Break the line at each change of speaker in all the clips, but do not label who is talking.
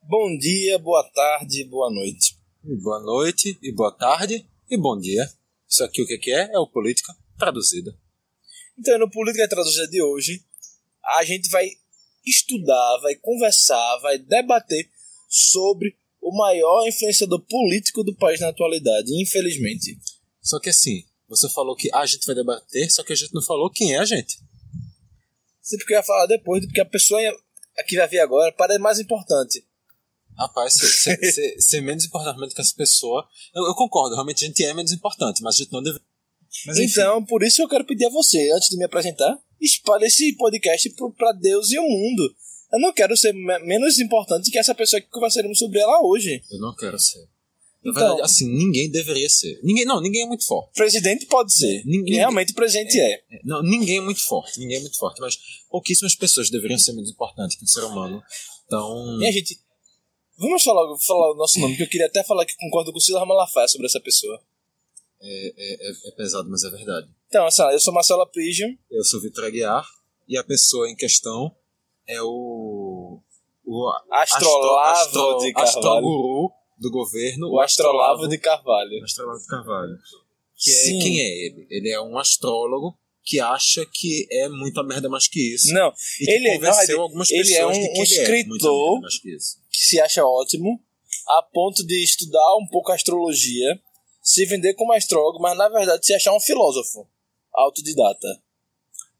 Bom dia, boa tarde, boa noite.
E boa noite, e boa tarde, e bom dia. Isso aqui o que é que é? É o Política Traduzida.
Então, no Política Traduzida de hoje, a gente vai estudar, vai conversar, vai debater sobre o maior influenciador político do país na atualidade, infelizmente.
Só que assim, você falou que a gente vai debater, só que a gente não falou quem é a gente.
Sempre que eu ia falar depois, porque a pessoa que vai vir agora parece mais importante.
Rapaz, ser, ser, ser, ser é menos importante que essa pessoa. Eu, eu concordo, realmente a gente é menos importante, mas a gente não deve. Mas, enfim.
então, por isso eu quero pedir a você, antes de me apresentar, espalhe esse podcast pro- pra Deus e o mundo. Eu não quero ser me- menos importante que essa pessoa que conversaremos sobre ela hoje.
Eu não quero ser. Na
Então.
verdade, assim, ninguém deveria ser. Ninguém, não, ninguém é muito forte.
Presidente pode ser.
Ninguém-
Realmente o presidente é.
É, Não, ninguém é muito forte, ninguém é muito forte, mas pouquíssimas pessoas deveriam ser menos importantes que um ser humano. Então.
E a gente. Vamos falar, falar o nosso nome, que eu queria até falar que concordo com o Silas Malafaia sobre essa pessoa.
É, é- é pesado, mas é verdade.
Então, assim, eu sou Marcelo Prigion.
Eu sou Vitor Aguiar e a pessoa em questão é o. O
Astrolavo de Carvalho.
astroguru do governo,
O Astrolavo de Carvalho.
Astrolavo de Carvalho. Que é,
Sim.
quem é ele? Ele é um astrólogo que acha que é muita merda mais que isso.
Não,
e que
ele é-
convenceu
não,
algumas
ele é
pessoas
um-
de que
um
ele é muita
escritor.
merda mais que isso.
que se acha ótimo, a ponto de estudar um pouco a astrologia, se vender como astrólogo, mas na verdade se achar um filósofo autodidata.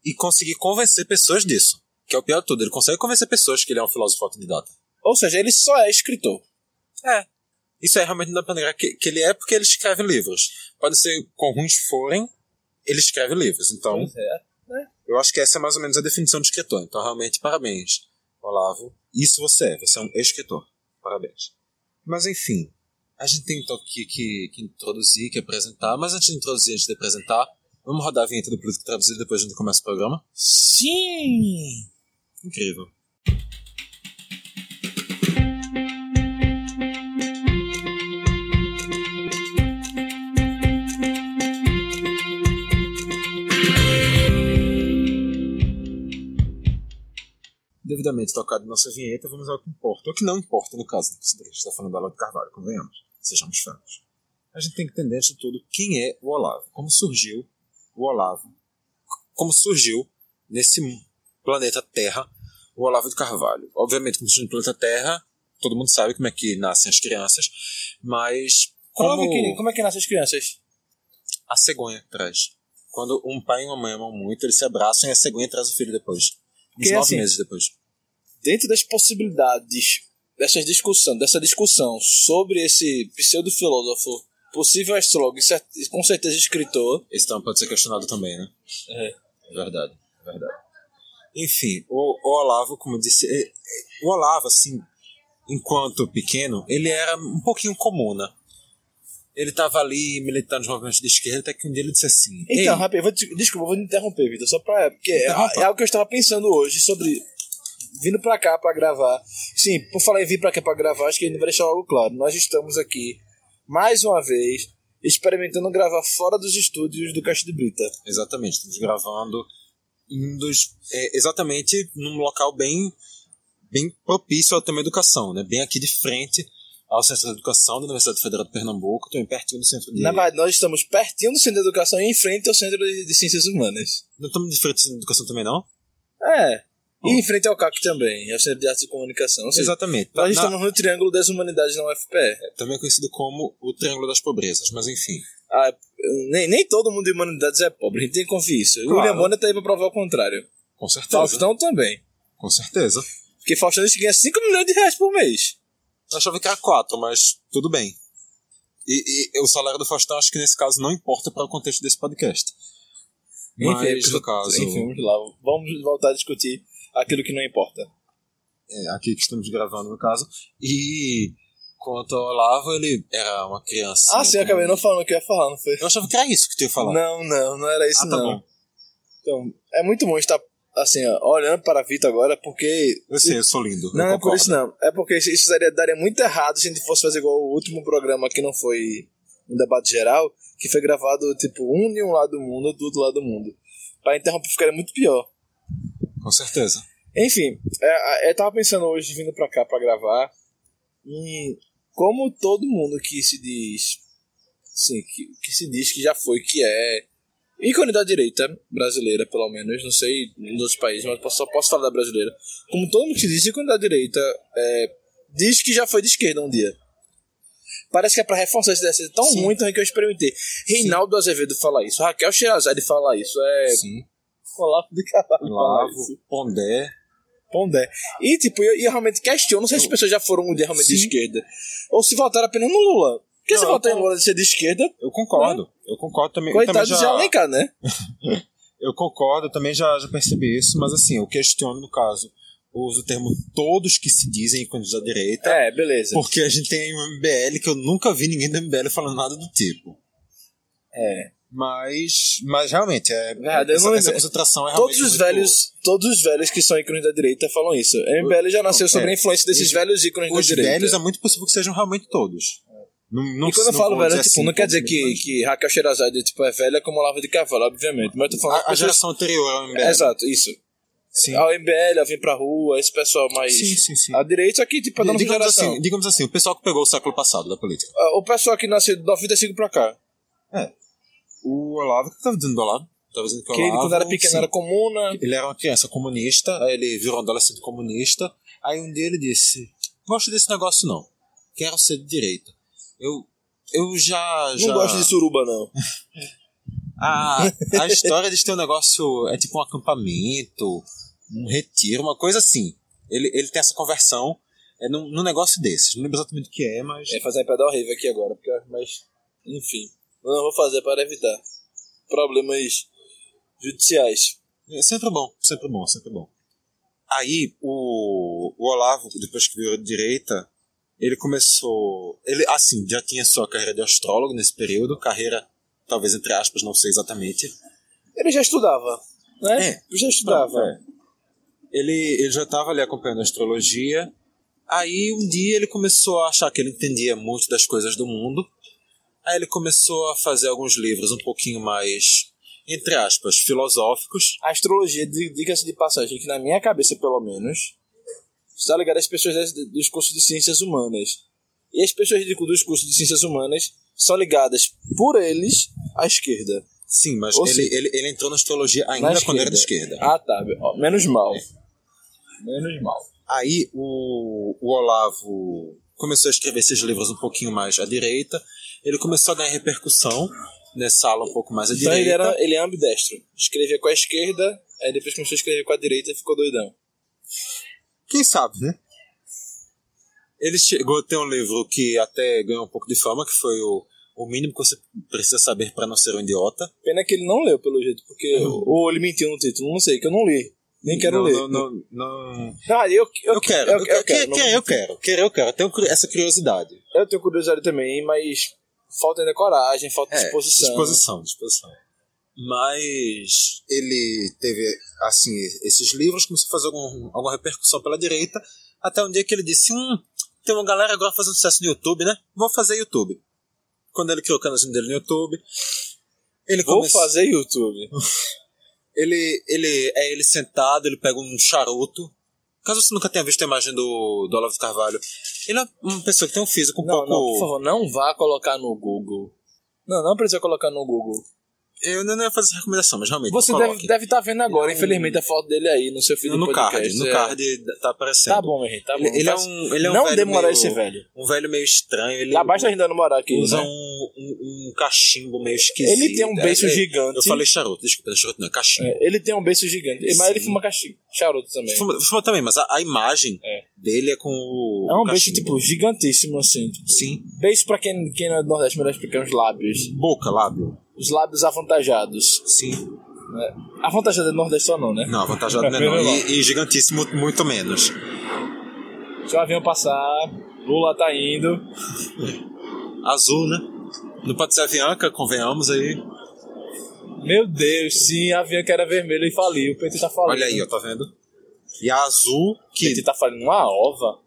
E conseguir convencer pessoas disso. Que é o pior de tudo. Ele consegue convencer pessoas que ele é um filósofo autodidata.
Ou seja, ele só é escritor.
É. Isso aí realmente não dá pra negar que, que ele é porque ele escreve livros. Pode ser quão ruins forem, ele escreve livros. Então,
É.
eu acho que essa é mais ou menos a definição de escritor. Então, realmente, parabéns, Olavo. Isso você é, você é um escritor. Parabéns. Mas, enfim, a gente tem então que, que, que introduzir, que apresentar. Mas antes de introduzir, antes de apresentar, vamos rodar a vinheta do Político Traduzido depois a gente começa o programa?
Sim!
Incrível. Devidamente tocado nossa vinheta, vamos ao que importa. O que não importa, no caso, que a gente está falando da Olavo de Carvalho, convenhamos. Sejamos francos. A gente tem que entender, antes de tudo, quem é o Olavo. Como surgiu o Olavo. Como surgiu nesse planeta Terra o Olavo de Carvalho. Obviamente, como surgiu no planeta Terra, todo mundo sabe como é que nascem as crianças, mas como,
Como, que, como é que nascem as crianças?
a cegonha traz. Quando um pai e uma mãe amam muito, eles se abraçam e a cegonha traz o filho depois. Uns
Que é
nove
assim.
meses depois.
dentro das possibilidades dessas discussão, dessa discussão sobre esse pseudofilósofo, possível astrólogo e cer- e com certeza escritor,
Esse tema pode ser questionado também, né?
É.
Verdade, é verdade. Enfim, o, o Olavo, como eu disse, é- é- o Olavo, assim, enquanto pequeno, ele era um pouquinho comuna. Ele estava ali militando nos movimentos de esquerda, até que um dia ele disse assim.
Então,
"Ei,
rapaz, eu vou te, desculpa, eu vou te interromper, Vitor, só pra. Porque é,
Interrompa.
é algo que eu estava pensando hoje sobre. Vindo pra cá pra gravar. Sim, por falar em vir pra cá pra gravar, acho que ainda vai deixar algo claro. Nós estamos aqui, mais uma vez, experimentando gravar fora dos estúdios do Caixa de Brita.
Exatamente, estamos gravando em um dos- é, exatamente num local bem, bem propício ao tema educação, né? Bem aqui de frente ao Centro de Educação da Universidade Federal de Pernambuco, também pertinho do Centro de...
Na verdade, nós estamos pertinho do Centro de Educação e em frente ao Centro de, de Ciências Humanas.
Não estamos de frente ao Centro de Educação também, não?
É. E em frente ao CAC também, é o Centro de Arte e Comunicação. Ou seja,
Exatamente.
Nós
Na-
estamos no Triângulo das Humanidades na UFPE.
Também é conhecido como o Triângulo das Pobrezas, mas enfim.
Ah, nem, nem todo mundo de Humanidades é pobre, a gente tem que confiar isso. O
Claro. Tá.
William Bonner tá aí pra provar o contrário.
Com certeza.
Faustão também.
Com certeza.
Porque Faustão diz que ganha 5 milhões de reais por mês.
Eu achava que era quatro, mas tudo bem. E, e o salário do Faustão acho que nesse caso não importa para o contexto desse podcast. Mas,
Enfim,
é no caso,
enfim, vamos lá. Vamos voltar a discutir aquilo que não importa.
é, aqui que estamos gravando, no caso. E quanto ao Olavo, ele era uma criança.
ah, sim, eu acabei não falando o que eu ia falar, não foi?
Eu achava que era isso que tu ia falar.
Não, não, não era isso
ah, tá
não.
bom.
Então, é muito bom estar assim, ó, olhando para a Vitor agora, porque
Eu sei, eu sou lindo.
Não,
eu
é por
concordo.
isso não. É porque isso- isso daria, daria muito errado se a gente fosse fazer igual o último programa que não foi um debate geral, que foi gravado tipo um de um lado do mundo, do outro lado do mundo. Pra interromper ficaria muito pior.
Com certeza.
Enfim, é, é, eu tava pensando hoje, vindo pra cá pra gravar, Hum, como todo mundo que se diz. Sim, que, que se diz que já foi, que é. Ícone da direita brasileira, pelo menos, não sei nos outros países, mas posso- só posso falar da brasileira. Como todo mundo que se diz ícone da direita, é, diz que já foi de esquerda um dia. Parece que é pra reforçar esse dessa tão
Sim.
muito que eu experimentei. Reinaldo Azevedo fala isso, Raquel Sherazade fala isso, é.
Sim.
Olavo de Carvalho fala é isso.
Lavo, Pondé.
Pondé. E, tipo, eu, eu realmente questiono, não sei se as pessoas já foram um dia realmente de
Sim.
esquerda. Ou se votaram apenas no Lula. Porque se
Não,
votar em
eu-
Lula de ser de esquerda,
Eu concordo. Eu concordo também. eu
coitado
também
de Alencar, né?
Eu concordo, eu também já, já percebi isso, mas assim, eu questiono no caso. Eu uso o termo todos que se dizem ícones da direita,
É, beleza.
porque a gente tem um MBL que eu nunca vi ninguém do MBL falando nada do tipo.
É.
Mas, mas realmente, é,
Nada, eu
essa,
não-
essa concentração é realmente.
Todos os,
muito-
velhos, todos os velhos que são ícones da direita falam isso. O MBL já nasceu
Não,
sobre
é.
a influência desses
Os-
velhos ícones da
Os
direita.
velhos é muito possível que sejam realmente todos. Não, não,
E quando eu
não
falo
vou
velho,
dizer
tipo,
assim,
não quer dizer
todos
que,
mesmo,
que Raquel Sherazade tipo, é velha como Lava de Cavalo, obviamente. Mas eu tô
mas
falando
A, a
pessoas-
geração anterior ao MBL.
Exato, isso.
Sim.
Ao MBL, ao Vim Pra Rua, esse pessoal mais...
Sim, sim, sim.
A direita aqui, tipo, a nossa
Digamos
geração.
assim, digamos assim, o pessoal que pegou o século passado da política.
Ah, O pessoal que nasceu de 95 pra cá.
O Olavo, o que eu tava dizendo do Olavo? Tava dizendo que o
Que ele,
Olavo,
quando era pequeno,
sim,
era né? comuna.
ele era uma criança comunista, aí ele virou um adolescente comunista. Aí um dia ele disse: Gosto desse negócio não. Quero ser de direita. Eu, eu já, já.
Não gosto de suruba, não.
A, a história de ter um negócio é tipo um acampamento, um retiro, uma coisa assim. Ele, ele tem essa conversão é num, num negócio desses. Não lembro exatamente o que é, mas.
É fazer pedal rave aqui agora, porque, mas, enfim. Eu não vou fazer para evitar problemas judiciais.
É sempre bom, sempre bom, sempre bom. Aí o, o Olavo, depois que virou de direita, ele começou. Ele, assim, já tinha sua carreira de astrólogo nesse período, carreira, talvez entre aspas, não sei exatamente.
Ele já estudava, né?
É.
Eu já estudava.
É. Ele, ele já estava ali acompanhando a astrologia. Aí um dia ele começou a achar que ele entendia muito das coisas do mundo. Aí ele começou a fazer alguns livros um pouquinho mais, entre aspas, filosóficos.
A astrologia, di- diga-se de passagem, que na minha cabeça, pelo menos, está ligada às pessoas das- dos cursos de ciências humanas. E as pessoas de- dos cursos de ciências humanas são ligadas, por eles, à esquerda.
Sim, mas
Ou
ele, ele, ele entrou na astrologia ainda
Na
quando era de esquerda.
Ah, tá. Ó, menos mal. Menos mal.
Aí o, o Olavo começou a escrever esses livros um pouquinho mais à direita. Ele começou a ganhar repercussão nessa ala um pouco mais à
Então
direita.
ele, era, ele é ambidestro. Escrevia com a esquerda, aí depois começou a escrever com a direita e ficou doidão.
Quem sabe, né? Ele chegou a ter um livro que até ganhou um pouco de fama, que foi o, o mínimo que você precisa saber para não ser um idiota.
Pena que ele não leu, pelo jeito, porque. Ou ele mentiu no título, não sei, que eu não li. Nem quero
não,
ler.
Não, não, não-
Ah, eu, eu,
Eu quero, é,
Eu,
eu, quero, eu
quero,
quero,
não-
eu quero, quero, eu quero. Eu tenho curi- essa curiosidade.
eu tenho curiosidade também, mas falta ainda coragem, falta disposição.
É,
né?
Disposição, disposição. Mas ele teve, assim, esses livros, começou a fazer algum, alguma repercussão pela direita, até um dia que ele disse, hum, tem uma galera agora fazendo sucesso no YouTube, né? Vou fazer YouTube. Quando ele criou o canalzinho dele no YouTube, ele
Vou
começou...
fazer YouTube.
Ele, ele, é ele sentado, ele pega um charuto. Caso você nunca tenha visto a imagem do, do Olavo de Carvalho, ele é uma pessoa que tem um físico um
não,
pouco...
não, por favor, não vá colocar no Google. Não, não precisa colocar no Google.
Eu não ia fazer essa recomendação, mas realmente,
Você
coloque.
deve estar deve tá vendo agora,
Não.
infelizmente, a foto dele aí no seu feed de
no
podcast.
card, no
é.
card tá aparecendo.
Tá bom, meu rei, tá bom.
Ele, ele é
Faz-
um, ele é um
não
velho
demorar
meio,
esse velho.
Um velho meio estranho. Ele
Lá basta a gente ainda namorar aqui.
usa
né?
um, um, um cachimbo meio esquisito.
Ele tem um beiço
É, é,
gigante.
Eu falei charuto, desculpa, não é charuto não, é cachimbo.
É, ele tem um beiço gigante. Mas
Sim.
ele fuma cachi- charuto também.
Fuma, fuma também, mas a, a imagem
É.
dele é com o.
É
o
um beijo,
cachimbo.
tipo, gigantíssimo, assim. Tipo,
Sim.
Beijo pra quem, quem não é do Nordeste, melhor explicar os lábios.
Boca, lábio.
Os lábios avantajados.
Sim.
Né? Avantajado é do Nordeste ou não, né?
Não, avantajado não é não. E, e gigantíssimo, muito menos.
Se o avião passar, Lula tá indo.
Azul, né? Não pode ser avianca, convenhamos aí.
Meu Deus, sim, a avião que era vermelho e faliu. O PT tá falindo.
Olha aí, ó, tá vendo? E a azul,
O
que
PT tá falindo uma ova.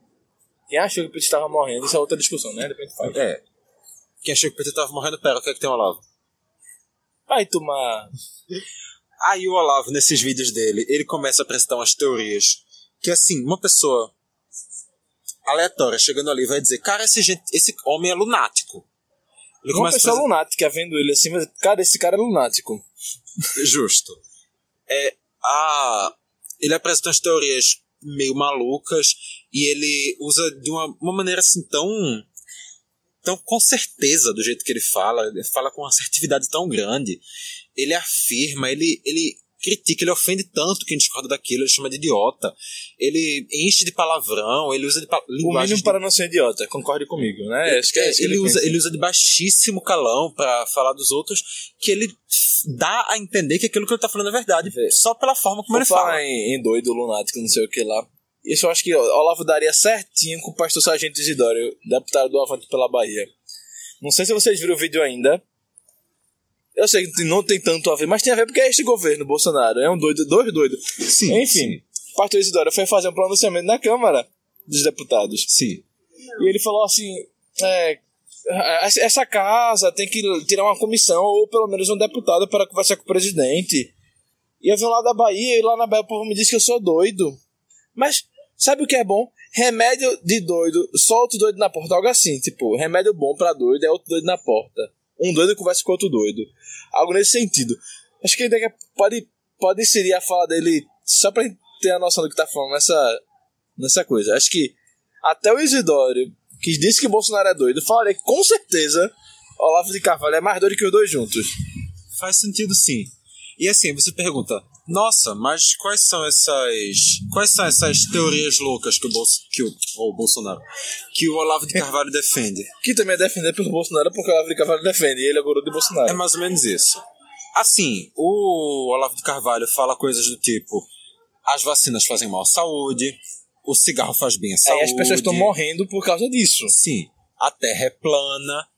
Quem achou que o PT tava morrendo, isso é outra discussão, né? Depende do faz.
É. Quem achou que o PT tava morrendo, pera, o que é que tem o Olavo?
Vai tomar.
Aí o Olavo, nesses vídeos dele, ele começa a apresentar umas teorias que, assim, uma pessoa aleatória chegando ali vai dizer, cara, esse, gente, esse homem é lunático. Ele
Uma
começa a
pessoa
fazer...
lunática vendo ele assim, mas, cara, esse cara é lunático.
Justo. É, a... Ele apresenta umas teorias meio malucas e ele usa de uma, uma maneira assim tão. tão com certeza do jeito que ele fala, ele fala com uma assertividade tão grande. Ele afirma, ele, ele critica, ele ofende tanto quem discorda daquilo, ele chama de idiota. Ele enche de palavrão, ele usa de pa-
O
linguagem.
mínimo
de-
para não ser idiota, concorde comigo, né? Acho que é
é,
isso que
ele, usa,
pensa.
ele usa de baixíssimo calão pra falar dos outros, que ele dá a entender que aquilo que ele tá falando é verdade,
Vê.
só pela forma como
Por
ele fala.
falar em, em doido, lunático, não sei o que lá. Isso eu acho que o Olavo daria certinho com o pastor Sargento Isidório, deputado do Avante pela Bahia. Não sei se vocês viram o vídeo ainda. Eu sei que não tem tanto a ver, mas tem a ver porque é este governo, Bolsonaro. É um doido, dois doidos.
Sim,
Enfim, o pastor Isidório foi fazer um pronunciamento na Câmara dos Deputados.
Sim.
E ele falou assim: é, essa- essa casa tem que tirar uma comissão ou pelo menos um deputado para conversar com o presidente. E eu vim lá da Bahia e lá na Bahia o povo me disse que eu sou doido. Mas sabe o que é bom? Remédio de doido, só outro doido na porta. Algo assim, tipo, remédio bom pra doido é outro doido na porta. Um doido conversa com outro doido. Algo nesse sentido. Acho que ele daqui a- pode, pode inserir a fala dele só pra gente ter a noção do que tá falando nessa, nessa coisa. Acho que até o Isidório, que disse que Bolsonaro é doido, falaria que com certeza Olavo de Carvalho é mais doido que os dois juntos.
Faz sentido sim. E assim, você pergunta, nossa, mas quais são essas. Quais são essas teorias loucas que o, Bolso, que o, ou o Bolsonaro. que o Olavo de Carvalho defende?
Que também é defendido pelo Bolsonaro porque o Olavo de Carvalho defende, e ele é o guru de Bolsonaro.
É mais ou menos isso. Assim, o Olavo de Carvalho fala coisas do tipo: as vacinas fazem mal à saúde, o cigarro faz bem à
Aí
saúde.
É, as pessoas estão morrendo por causa disso.
Sim, a terra é plana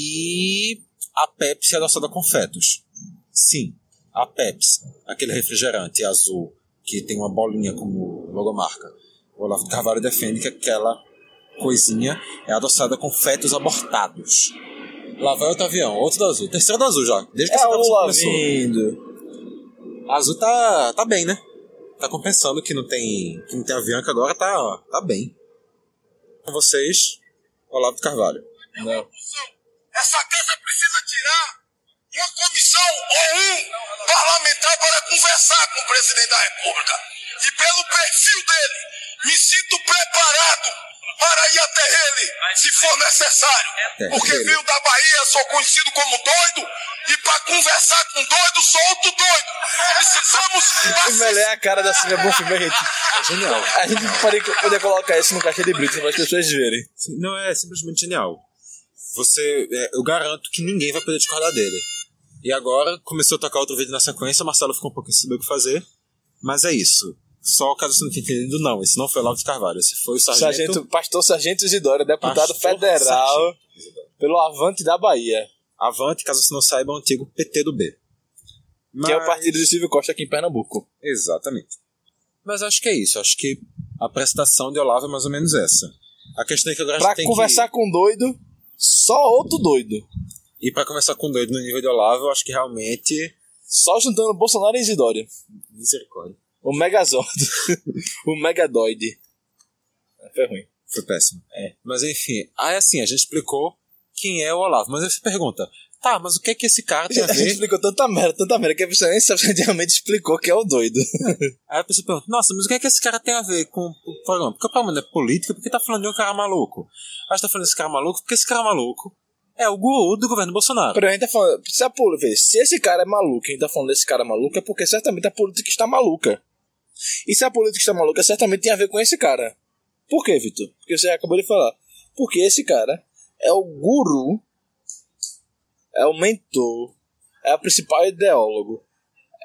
e a Pepsi é adoçada com fetos. Sim, a Pepsi, aquele refrigerante azul que tem uma bolinha como logomarca. O Olavo de Carvalho defende que aquela coisinha é adoçada com fetos abortados. Lá vai outro avião, outro da azul, terceiro da azul já, desde que
É
essa
o
gravação começou.
Lavindo.
A azul tá, tá bem, né? Tá compensando que não tem, que não tem avianca agora, tá, tá bem. Com vocês, Olavo de Carvalho.
Não.
Essa casa precisa tirar uma comissão ou um parlamentar para conversar com o presidente da República. E pelo perfil dele, me sinto preparado para ir até ele, se for necessário.
É,
Porque
dele.
veio da Bahia, sou conhecido como doido, e para conversar com doido, sou outro doido. Precisamos
O melhor é a cara da Silvia Bonfim, gente.
É genial.
A gente poderia poder colocar isso no caixa de brito para as pessoas verem.
Não, é simplesmente genial. Você, é, eu garanto que ninguém vai poder discordar dele. E agora, começou a tocar outro vídeo na sequência, Marcelo ficou um pouquinho sem saber o que fazer, mas é isso. Só caso você não tenha entendido, não. Esse não foi o Olavo de Carvalho, esse foi o Sargento...
Sargento, pastor Sargento Isidoro, deputado
Pastor
federal
Sargento
pelo Avante da Bahia,
Avante, caso você não saiba, é o antigo PT do B.
que é o partido de Silvio Costa aqui em Pernambuco.
Exatamente. Mas acho que é isso. Acho que a apresentação de Olavo é mais ou menos essa. A questão é que agora a gente
Pra
tem
conversar com um doido, só outro doido.
que... E pra conversar com o doido no nível de Olavo, eu acho que realmente...
Só juntando Bolsonaro e Isidoro.
Misericórdia.
O Megazord. o Megadoid. É, Foi ruim.
Foi péssimo. É, Mas enfim, aí assim, a gente explicou quem é o Olavo. Mas aí você pergunta, tá, mas o que é que esse cara tem a
A gente
ver?
explicou tanta merda, tanta merda, que a pessoa nem sabe se realmente explicou que é o doido.
aí a pessoa pergunta, nossa, mas o que é que esse cara tem a ver com o programa? Porque o programa não é política, porque tá falando de um cara maluco. Aí você tá falando desse cara maluco, porque esse cara maluco é o guru do governo Bolsonaro.
Porém, a gente tá falando. Se, a poli- vê, se esse cara é maluco e a gente tá falando desse cara maluco, é porque certamente a política está maluca. E se a política está maluca, certamente tem a ver com esse cara. Por quê, Vitor? Porque você acabou de falar. Porque esse cara é o guru, é o mentor, é o principal ideólogo,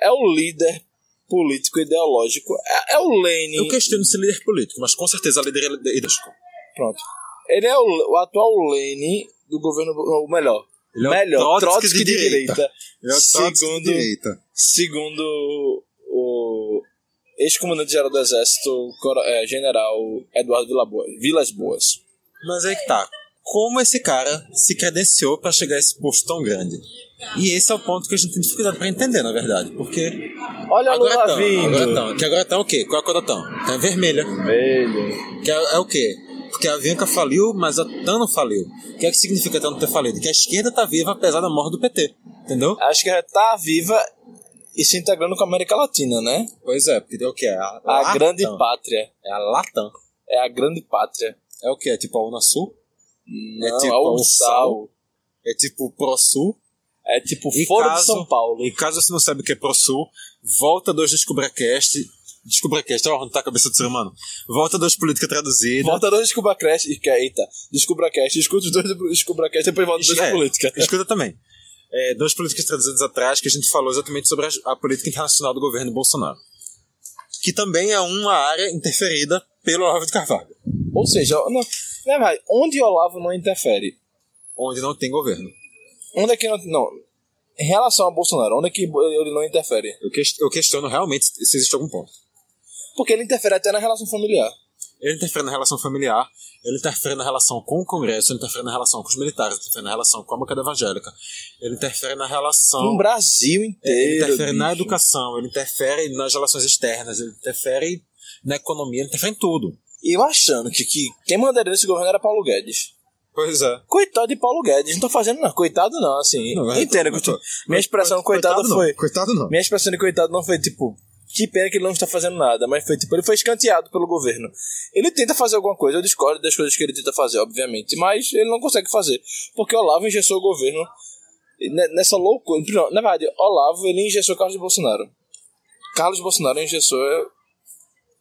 é o líder político e ideológico, é, é o Lenin.
Eu questiono se líder político, mas com certeza a líder é idêntico.
Pronto. Ele é o, o atual Lenin do governo. Ou melhor.
Ele é o
melhor,
Trotsky de direita.
Ele é o Trotsky de Segundo-
tá direita.
Segundo o ex-comandante geral do Exército, coro- eh, general Eduardo Vila Boa- Vilas Boas.
Mas aí que tá. Como esse cara se credenciou pra chegar a esse posto tão grande? E esse é o ponto que a gente tem dificuldade pra entender, na verdade. Porque
Olha a
agora
Tá Lula
tão, agora
vindo.
tão. Tá Que agora tão o quê? Qual é a cor da tão? Tá vermelha.
Vermelho.
Que é, é o quê? Porque porque a Avianca faliu, mas a TAN não faliu. O que é que significa a TAN não ter falido? Que a esquerda tá viva apesar da morte do PT, entendeu?
Acho que ela tá viva e se integrando com a América Latina, né?
Pois é, porque é o que? É a,
A
Latam.
grande pátria.
É a Latam.
É a grande pátria.
É o que? É tipo a Unasul?
Não,
é tipo
a
a
Ursal.
Ursal. É tipo o ProSul?
É tipo
E
fora de
caso-
São Paulo.
E caso você não saiba o que é ProSul, volta dois DescubraCast. DescubraCast, ó, onde tá a cabeça do ser humano. Volta dois Política Traduzida.
Volta dois Descubra Cast. e- Eita, Descubra Cast. Escuta os dois do Descubra Cast depois volta os dois
É,
de política.
Escuta também. É, dois políticos traduzidos atrás que a gente falou exatamente sobre a, a política internacional do governo Bolsonaro. Que também é uma área interferida pelo Olavo de Carvalho,
Ou seja, não, não é verdade. onde Olavo não interfere?
onde não tem governo.
Onde é que não. Não. Em relação a Bolsonaro, onde é que ele não interfere?
Eu, ques- eu questiono realmente se existe algum ponto.
Porque ele interfere até na relação familiar.
Ele interfere na relação familiar, ele interfere na relação com o Congresso, ele interfere na relação com os militares, ele interfere na relação com a bancada evangélica, ele interfere na relação. é,
No Brasil
Ele
inteiro.
interfere na
bicho.
educação, ele interfere nas relações externas, ele interfere na economia, ele interfere em tudo.
E eu achando que, que quem mandaria esse governo era Paulo Guedes.
Pois é.
Coitado de Paulo Guedes, não tô fazendo não. Coitado não, assim.
Não, eu
entendo
tô-
que tu-
eu tô-
minha expressão coitado, foi.
Não, coitado não.
Minha expressão de coitado não foi tipo. Que pena que ele não está fazendo nada, mas foi tipo, ele foi escanteado pelo governo. Ele tenta fazer alguma coisa, eu discordo das coisas que ele tenta fazer, obviamente, mas ele não consegue fazer. Porque Olavo engessou o governo ne- nessa loucura. Não, na verdade, Olavo ele engessou Carlos Bolsonaro. Carlos Bolsonaro engessou eh,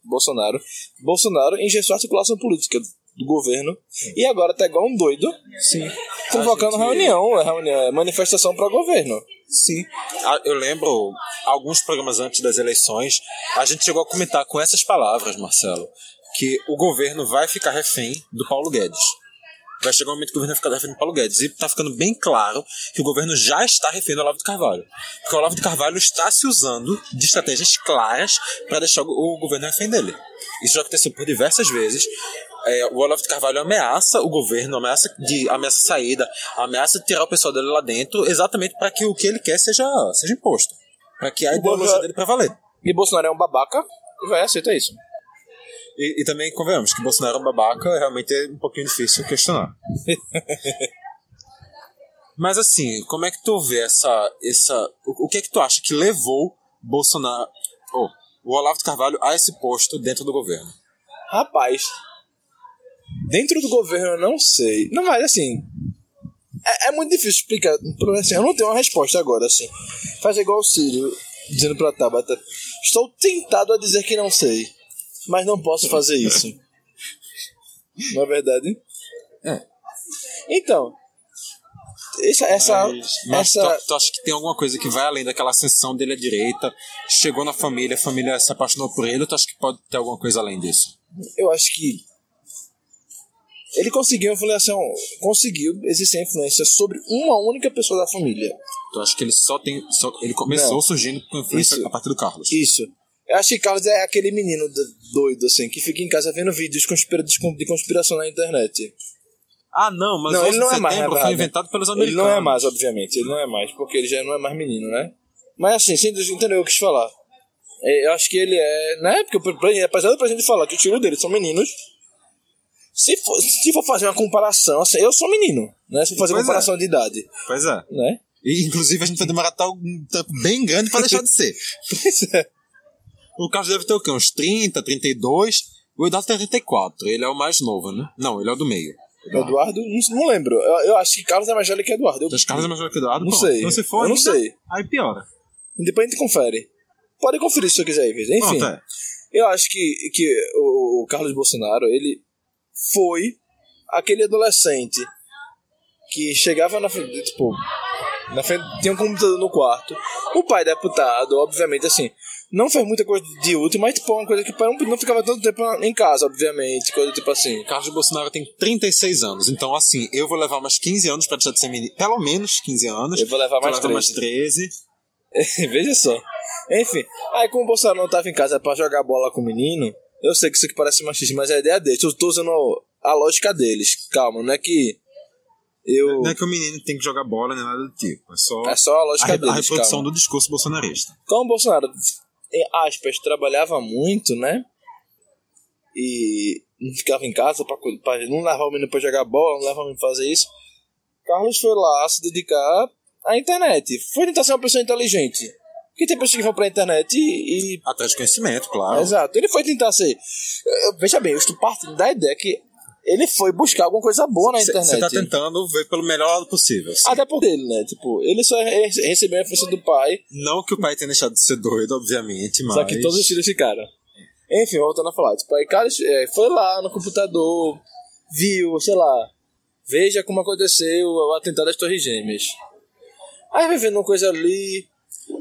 Bolsonaro. Bolsonaro engessou a articulação política do governo. E agora tá igual um doido
Sim.
convocando
A gente-
reunião, é reunião, é manifestação para governo.
Sim. Ah, Eu lembro, alguns programas antes das eleições, a gente chegou a comentar com essas palavras, Marcelo, que o governo vai ficar refém do Paulo Guedes. Vai chegar um momento que o governo vai ficar refém do Paulo Guedes. E tá ficando bem claro que o governo já está refém do Olavo de Carvalho. Porque o Olavo de Carvalho está se usando de estratégias claras para deixar o o governo refém dele. Isso já aconteceu por diversas vezes. É, o Olavo de Carvalho ameaça o governo, ameaça de ameaça saída, ameaça de tirar o pessoal dele lá dentro, exatamente para que o que ele quer seja, seja imposto. Para que a ideologia
governo-
dele prevaleça.
E Bolsonaro é um babaca e vai aceitar isso.
E, e também convenhamos que Bolsonaro é um babaca, realmente é um pouquinho difícil questionar. Mas assim, como é que tu vê essa. essa o, o que é que tu acha que levou Bolsonaro. oh, o Olavo de Carvalho a esse posto dentro do governo?
Rapaz, dentro do governo eu não sei. Não, mas assim. É, é muito difícil explicar. Porque, Assim, eu não tenho uma resposta agora, assim. Fazer igual o Círio, dizendo pra Tabata. Estou tentado a dizer que não sei. Mas não posso fazer isso. não é verdade?
É.
Então. Essa. essa,
Mas
essa
tu, tu acha que tem alguma coisa que vai além daquela ascensão dele à direita? Chegou na família, a família se apaixonou por ele, ou tu acha que pode ter alguma coisa além disso?
eu acho que ele conseguiu influenciar, conseguiu exercer influência sobre uma única pessoa da família.
Tu acha que ele só tem. Só, ele começou
Não.
surgindo com influência
Isso.
a partir do Carlos?
Isso. Eu acho que Carlos é aquele menino do- doido, assim, que fica em casa vendo vídeos conspira- de con- de conspiração na internet.
Ah, não, mas
Não,
o
ele não é mais,
setembro
na
foi
verdade.
inventado pelos
Ele
americanos.
não é mais, obviamente, ele não é mais, porque ele já não é mais menino, né? Mas assim, você entende- entendeu o que eu quis falar? É, Eu acho que ele é. Né? Porque por- por- apesar do presidente falar que o tiro dele são meninos. Se for, se for fazer uma comparação, assim, eu sou menino, né? Se for fazer
Pois é.
comparação de idade,
Pois é.
né?
E, inclusive, a gente vai demorar tal um tempo bem grande pra deixar de ser.
Pois é.
O Carlos deve ter o quê? Uns 30, 32? O Eduardo tem 34. Ele é o mais novo, né? Não, ele é o do meio.
Eduardo, não, não lembro. Eu, eu acho que Carlos é mais velho que Eduardo. Eu,
Então, os Carlos é mais velho que o Eduardo?
Não
pronto.
sei.
Então, se for
Eu não
ainda,
sei.
Aí piora.
Depois a gente confere. Pode conferir se você quiser, Ives. Enfim,
Pronto, é.
eu acho que, que o, o Carlos Bolsonaro, ele foi aquele adolescente que chegava na frente, tipo, na frente, tinha um computador no quarto. O pai deputado, obviamente, assim, não fez muita coisa de útil, mas tipo, uma coisa que o pai não, não ficava tanto tempo em casa, obviamente, coisa tipo assim.
Carlos Bolsonaro tem 36 anos. Então, assim, eu vou levar mais 15 anos pra deixar de ser menino. Pelo menos 15 anos.
Eu vou levar mais 13.
levar mais 13.
Veja só. Enfim, aí como o Bolsonaro não tava em casa pra jogar bola com o menino, eu sei que isso aqui parece machista, mas é a ideia deles. Eu tô usando a lógica deles. Calma, não é que eu.
Não é que o menino tem que jogar bola, nem nada do tipo. É só
É só a
a,
lógica
re- a
deles.
reprodução
calma.
do discurso bolsonarista.
Como o Bolsonaro, em aspas, trabalhava muito, né? E não ficava em casa pra, cu- pra não levar o menino pra jogar bola, não levar o menino pra fazer isso. Carlos foi lá se dedicar à internet. Foi tentar ser uma pessoa inteligente. Porque tem pessoas que vão pra internet e, e
Atrás de conhecimento, claro.
Exato. Ele foi tentar ser. Eh, Veja bem, eu estou partindo da ideia que ele foi buscar alguma coisa boa na é internet.
Você tá tentando ver pelo melhor lado possível. assim.
Até por ele, né? Tipo, ele só re- recebeu a influência do pai,
Não que o pai tenha deixado de ser doido, obviamente, mas.
só que todos os filhos ficaram. Enfim, voltando a falar. Tipo, aí Carlos eh, foi lá no computador, viu, sei lá, veja como aconteceu o atentado às Torres Gêmeas. Aí vai vendo uma coisa ali,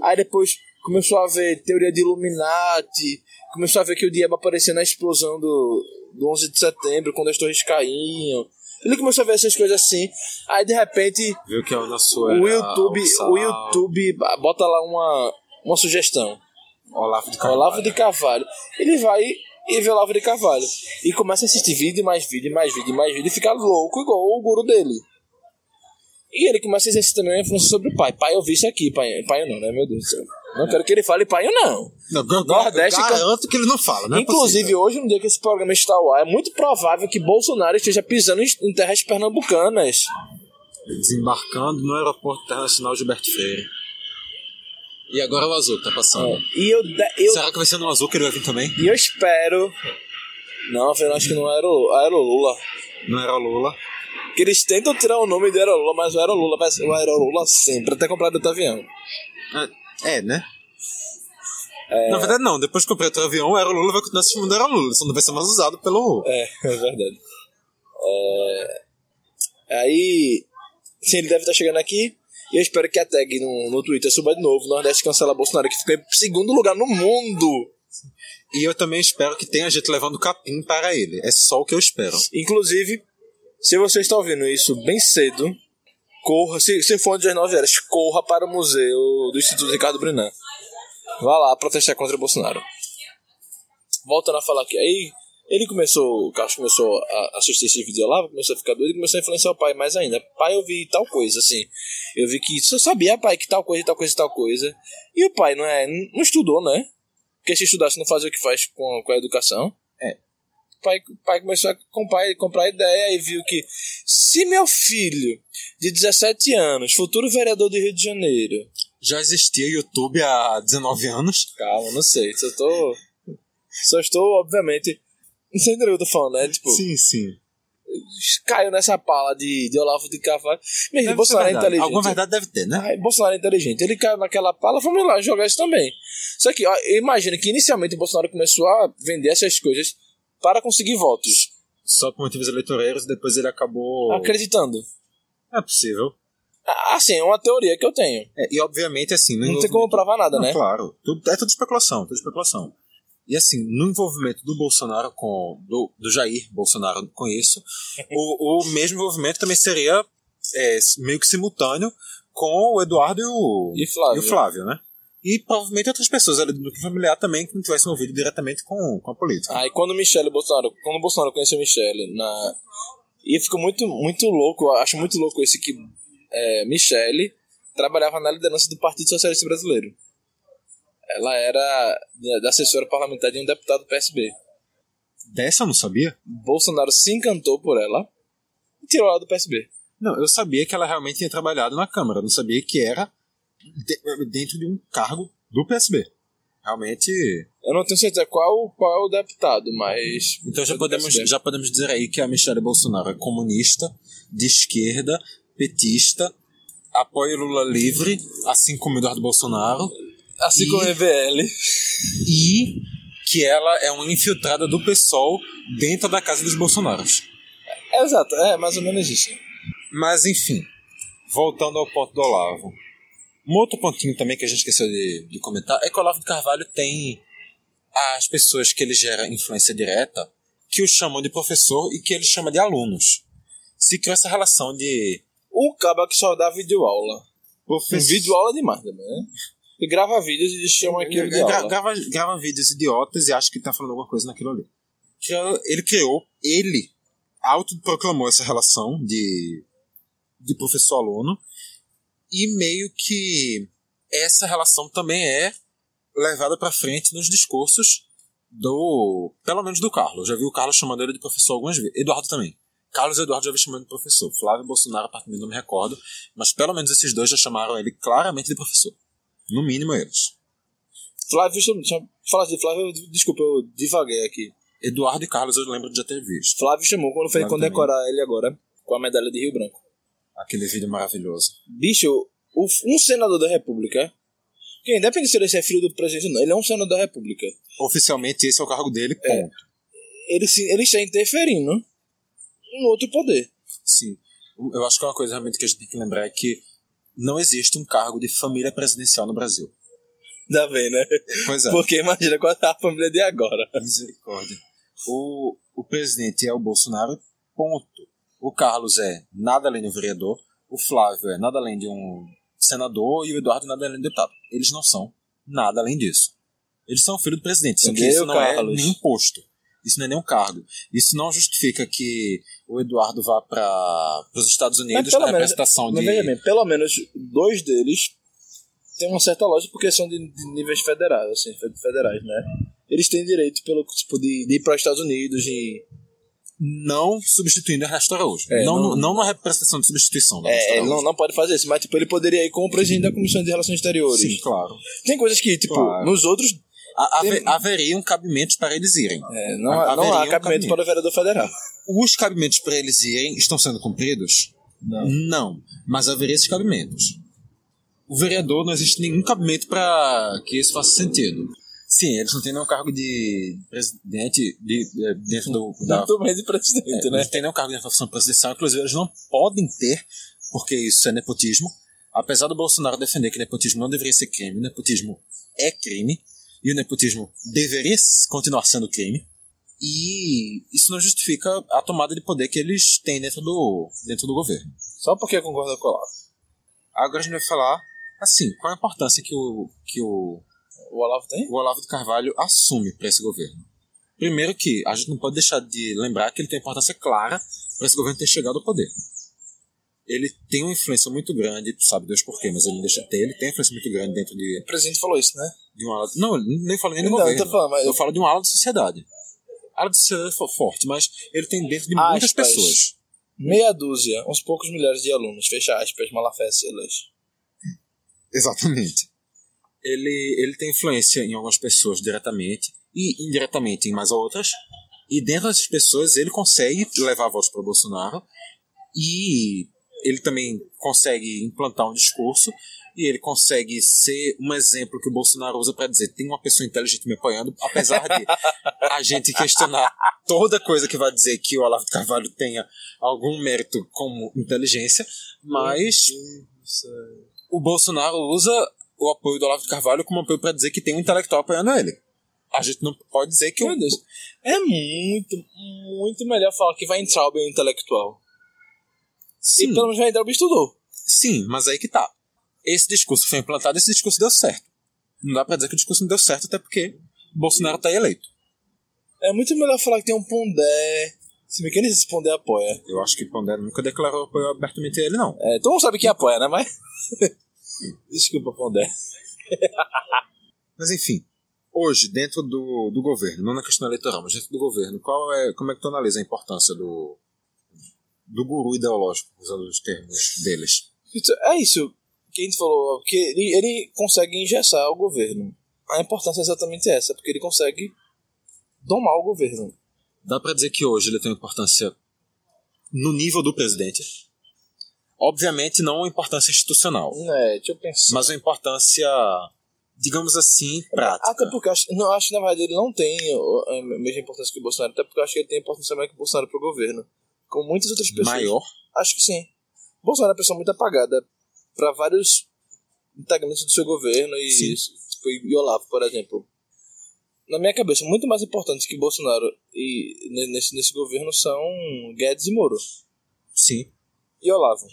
aí depois começou a ver teoria de Illuminati, começou a ver que o diabo aparecia na explosão do, do 11 de setembro, quando as torres caíam. Ele começou a ver essas coisas assim, aí de repente
Viu que é o nosso.
o YouTube, o YouTube bota lá uma, uma sugestão.
Olavo de Carvalho.
Olavo de Carvalho. Ele vai e vê Olavo de Carvalho. E começa a assistir vídeo, mais vídeo, mais vídeo, mais vídeo. E fica louco igual o guru dele. E ele começa a exercer também a influência sobre o pai. Pai, eu vi isso aqui. Pai, pai não, né? Meu Deus do céu. Não quero que ele fale pai, eu não.
Não, eu- eu
Nordeste- é
garanto que ele não fala, né?
Inclusive, hoje, no dia que esse programa está ao ar, é muito provável que Bolsonaro esteja pisando em em terras pernambucanas.
Desembarcando no aeroporto internacional Gilberto Freire. E agora o azul que tá passando.
E eu, de- eu
Será que vai ser no azul que ele vai vir também?
E eu espero. Não, eu acho que não era o, era o Lula.
Não era o Lula.
Que eles tentam tirar o nome do Aero Lula, mas o Aero Lula vai ser o Aero Lula sempre, até comprar outro avião.
É, né?
É.
Na verdade, não. Depois que eu comprei outro avião, o Aerolula vai continuar se chamando Aerolula. Só não vai ser mais usado pelo...
É, é verdade. É, Aí. Sim, ele deve estar chegando aqui. E eu espero que a tag no, no Twitter suba de novo. Nordeste cancela Bolsonaro, que ficou em segundo lugar no mundo.
E eu também espero que tenha gente levando capim para ele. É só o que eu espero.
Inclusive, se você está ouvindo isso bem cedo, corra, se, se for antes das 9 horas, corra para o museu do Instituto Ricardo Brinan. Vá lá protestar contra o Bolsonaro. Voltando a falar aqui, aí ele começou, o Carlos começou a assistir esse vídeo lá, começou a ficar doido e começou a influenciar o pai mais ainda. Pai, eu vi tal coisa, assim. Eu vi que só sabia, pai, que tal coisa, tal coisa, tal coisa. E o pai não é, não estudou, né? Porque se estudasse não fazia o que faz com, com a educação pai, pai começou a comprar, comprar ideia e viu que se meu filho de 17 anos, futuro vereador do Rio de Janeiro.
Já existia YouTube há 19 anos.
Calma, não sei, só tô. Só estou, obviamente. Não sei o que eu tô falando, né? Tipo,
Sim, sim.
caiu nessa pala de, de Olavo de Carvalho. Mesmo, Bolsonaro é inteligente.
Alguma verdade deve ter, né?
Aí, Bolsonaro é inteligente. Ele caiu naquela pala, vamos lá jogar isso também. Só que, ó, imagina que inicialmente o Bolsonaro começou a vender essas coisas para conseguir votos.
Só por motivos eleitoreiros, depois ele acabou...
Acreditando.
É possível.
Ah, Assim, é uma teoria que eu tenho.
É, e obviamente, assim... no
Não tem como
envolvimento-
provar nada,
Não,
né?
Claro. Tudo- é tudo especulação, tudo especulação. E assim, no envolvimento do Bolsonaro com. do, do Jair Bolsonaro com isso, o, o mesmo envolvimento também seria é, meio que simultâneo com o Eduardo e o,
E Flávio.
e o Flávio, né? E provavelmente outras pessoas ali do núcleo familiar também que não tivessem envolvido diretamente com, com a política.
Aí quando o Michele Bolsonaro, quando o Bolsonaro conheceu o Michele na e ficou muito muito louco, eu acho muito louco esse que é, Michele trabalhava na liderança do Partido Socialista Brasileiro. Ela era da- da assessora parlamentar de um deputado do PSB.
Dessa eu não sabia?
Bolsonaro se encantou por ela e tirou ela do PSB.
Não, eu sabia que ela realmente tinha trabalhado na Câmara, eu não sabia que era de- dentro de um cargo do PSB. Realmente
Eu não tenho certeza qual qual é o deputado, mas
Então já
do
podemos,
PSB.
já podemos dizer aí que a Michelle Bolsonaro é comunista, de esquerda, petista, apoia o Lula livre, assim como o Eduardo Bolsonaro,
assim como o EVL.
e que ela é uma infiltrada do PSOL dentro da casa dos Bolsonaros.
É, exato, é mais ou menos isso.
Mas enfim, voltando ao ponto do Olavo. Um outro pontinho também que a gente esqueceu de, de comentar é que o Olavo de Carvalho tem as pessoas que ele gera influência direta que o chamam de professor e que ele chama de alunos. Se criou essa relação de
O caba que só dá videoaula. Um
professor.
vídeo aula é demais também, né? E grava vídeos e chama aquilo de
Gra-
aula.
grava, grava vídeos idiotas e acha que tá falando alguma coisa naquilo ali. Criou- Ele criou, ele autoproclamou essa relação de, de professor-aluno e meio que essa relação também é levada pra frente nos discursos do. Pelo menos do Carlos. Já vi o Carlos chamando ele de professor algumas vezes. Eduardo também. Carlos e Eduardo já vi chamando de professor. Flávio e Bolsonaro, a partir de mim, não me recordo. Mas pelo menos esses dois já chamaram ele claramente de professor. No mínimo eles.
Flávio, chama- chama- fala de Flávio, desculpa, eu divaguei aqui.
Eduardo e Carlos eu lembro de já ter visto.
Flávio chamou quando foi
Flávio
condecorar ele agora com a medalha de Rio Branco.
Aquele vídeo maravilhoso.
Bicho, o- um senador da República, que independente se ele é filho do presidente ou não, ele é um senador da República.
Oficialmente esse é o cargo dele, ponto.
Ele, se- ele está interferindo em outro poder.
Sim. Eu acho que uma coisa realmente que a gente tem que lembrar é que não existe um cargo de família presidencial no Brasil.
Dá bem, né?
Pois é.
Porque imagina qual tá a família de agora.
Misericórdia. O, o presidente é o Bolsonaro, ponto. O Carlos é nada além de um vereador, o Flávio é nada além de um senador e o Eduardo nada além de um deputado. Eles não são nada além disso. Eles são filho do presidente, só que
Entendeu,
isso não
Carlos?
é nenhum posto. Isso não é nenhum cargo. Isso não justifica que o Eduardo vá para os Estados Unidos na representação
mas
né, de...
veja bem, pelo menos dois deles têm uma certa lógica porque são de, de níveis federais, assim, fe- federais, né? Eles têm direito pelo tipo de, de ir para os Estados Unidos e
não substituindo Ernesto Araújo.
É,
não,
não-
não, não na representação de substituição da Ernesto
é, ele
Araújo.
não, não pode fazer isso, mas tipo ele poderia ir como presidente da Comissão de Relações Exteriores.
Sim, claro.
Tem coisas que tipo
Claro.
nos outros
Ha- haver-
Tem-
haveriam cabimentos para eles irem.
é, não,
Ha-
há, não há
haveria um
cabimento
cabimento.
para o vereador federal.
Os cabimentos para eles irem estão sendo cumpridos? Não. mas haveria esses cabimentos. O vereador não existe nenhum cabimento para que isso faça sentido. Sim, eles não têm nenhum cargo de presidente de, eh, dentro do, da
Muito bem de presidente,
É,
né?
Não tem nenhum cargo de função presidencial, inclusive eles não podem ter, porque isso é nepotismo. Apesar do Bolsonaro defender que nepotismo não deveria ser crime, o nepotismo é crime, e o nepotismo deveria s- continuar sendo crime, e isso não justifica a tomada de poder que eles têm dentro do, dentro do governo.
Só porque concorda com o Olavo.
Agora a gente vai falar, assim, qual a importância que o, que o
O Olavo tem?
o Olavo de Carvalho assume para esse governo. Primeiro que a gente não pode deixar de lembrar que ele tem importância clara para esse governo ter chegado ao poder. Ele tem uma influência muito grande, sabe Deus por quê, mas ele não deixa de ter, ele tem influência muito grande dentro de,
O presidente falou isso, né?
de uma ala... Não, ele nem falo nem do
Não,
governo.
eu tô falando, mas-
Eu falo de uma ala da sociedade. A ala da sociedade foi forte, mas ele tem dentro de muitas
Aspas.
pessoas.
Meia dúzia, uns poucos milhares de alunos, fecha aspas, Malafé Silas.
Exatamente. Ele, ele tem influência em algumas pessoas diretamente e indiretamente em mais outras. E dentro dessas pessoas ele consegue levar votos para Bolsonaro e ele também consegue implantar um discurso e ele consegue ser um exemplo que o Bolsonaro usa para dizer tem uma pessoa inteligente me apoiando, apesar de a gente questionar toda coisa que vai dizer que o Olavo de Carvalho tenha algum mérito como inteligência, mas o Bolsonaro usa o apoio do Olavo de Carvalho como apoio para dizer que tem um intelectual apoiando ele. A gente não pode dizer que o-
Meu Deus. É muito, muito melhor falar que vai entrar o bem intelectual.
Sim,
E pelo menos vai entrar o estudou.
sim, mas aí que tá. Esse discurso foi implantado, esse discurso deu certo. Não dá para dizer que o discurso não deu certo, até porque Bolsonaro tá eleito.
É muito melhor falar que tem um Pondé. Se bem que nem se Pondé apoia.
Eu acho que Pondé nunca declarou apoio abertamente a ele, não.
É, todo mundo sabe quem apoia, né? Mas. Desculpa, Pondé.
Mas enfim, hoje, dentro do, do governo, não na questão eleitoral, mas dentro do governo, qual é, como é que tu analisa a importância do, do guru ideológico, usando os termos deles?
Então, É isso que a gente falou, que ele, ele consegue engessar o governo. A importância é exatamente essa, porque ele consegue domar o governo.
Dá pra dizer que hoje ele tem uma importância no nível do presidente. Obviamente, não uma importância institucional,
É, deixa eu pensar.
mas uma importância, digamos assim,
Até
prática.
porque eu acho, não, eu acho que na verdade ele não tem ó, a mesma importância que o Bolsonaro, até porque eu acho que ele tem importância maior que o Bolsonaro pro governo. Com muitas outras pessoas.
Maior.
Acho que sim. O Bolsonaro é uma pessoa muito apagada para vários integrantes do seu governo e,
Sim.
tipo, e Olavo, por exemplo. Na minha cabeça, muito mais importantes que Bolsonaro e ne- nesse, nesse governo são Guedes e Moro.
Sim.
E Olavo.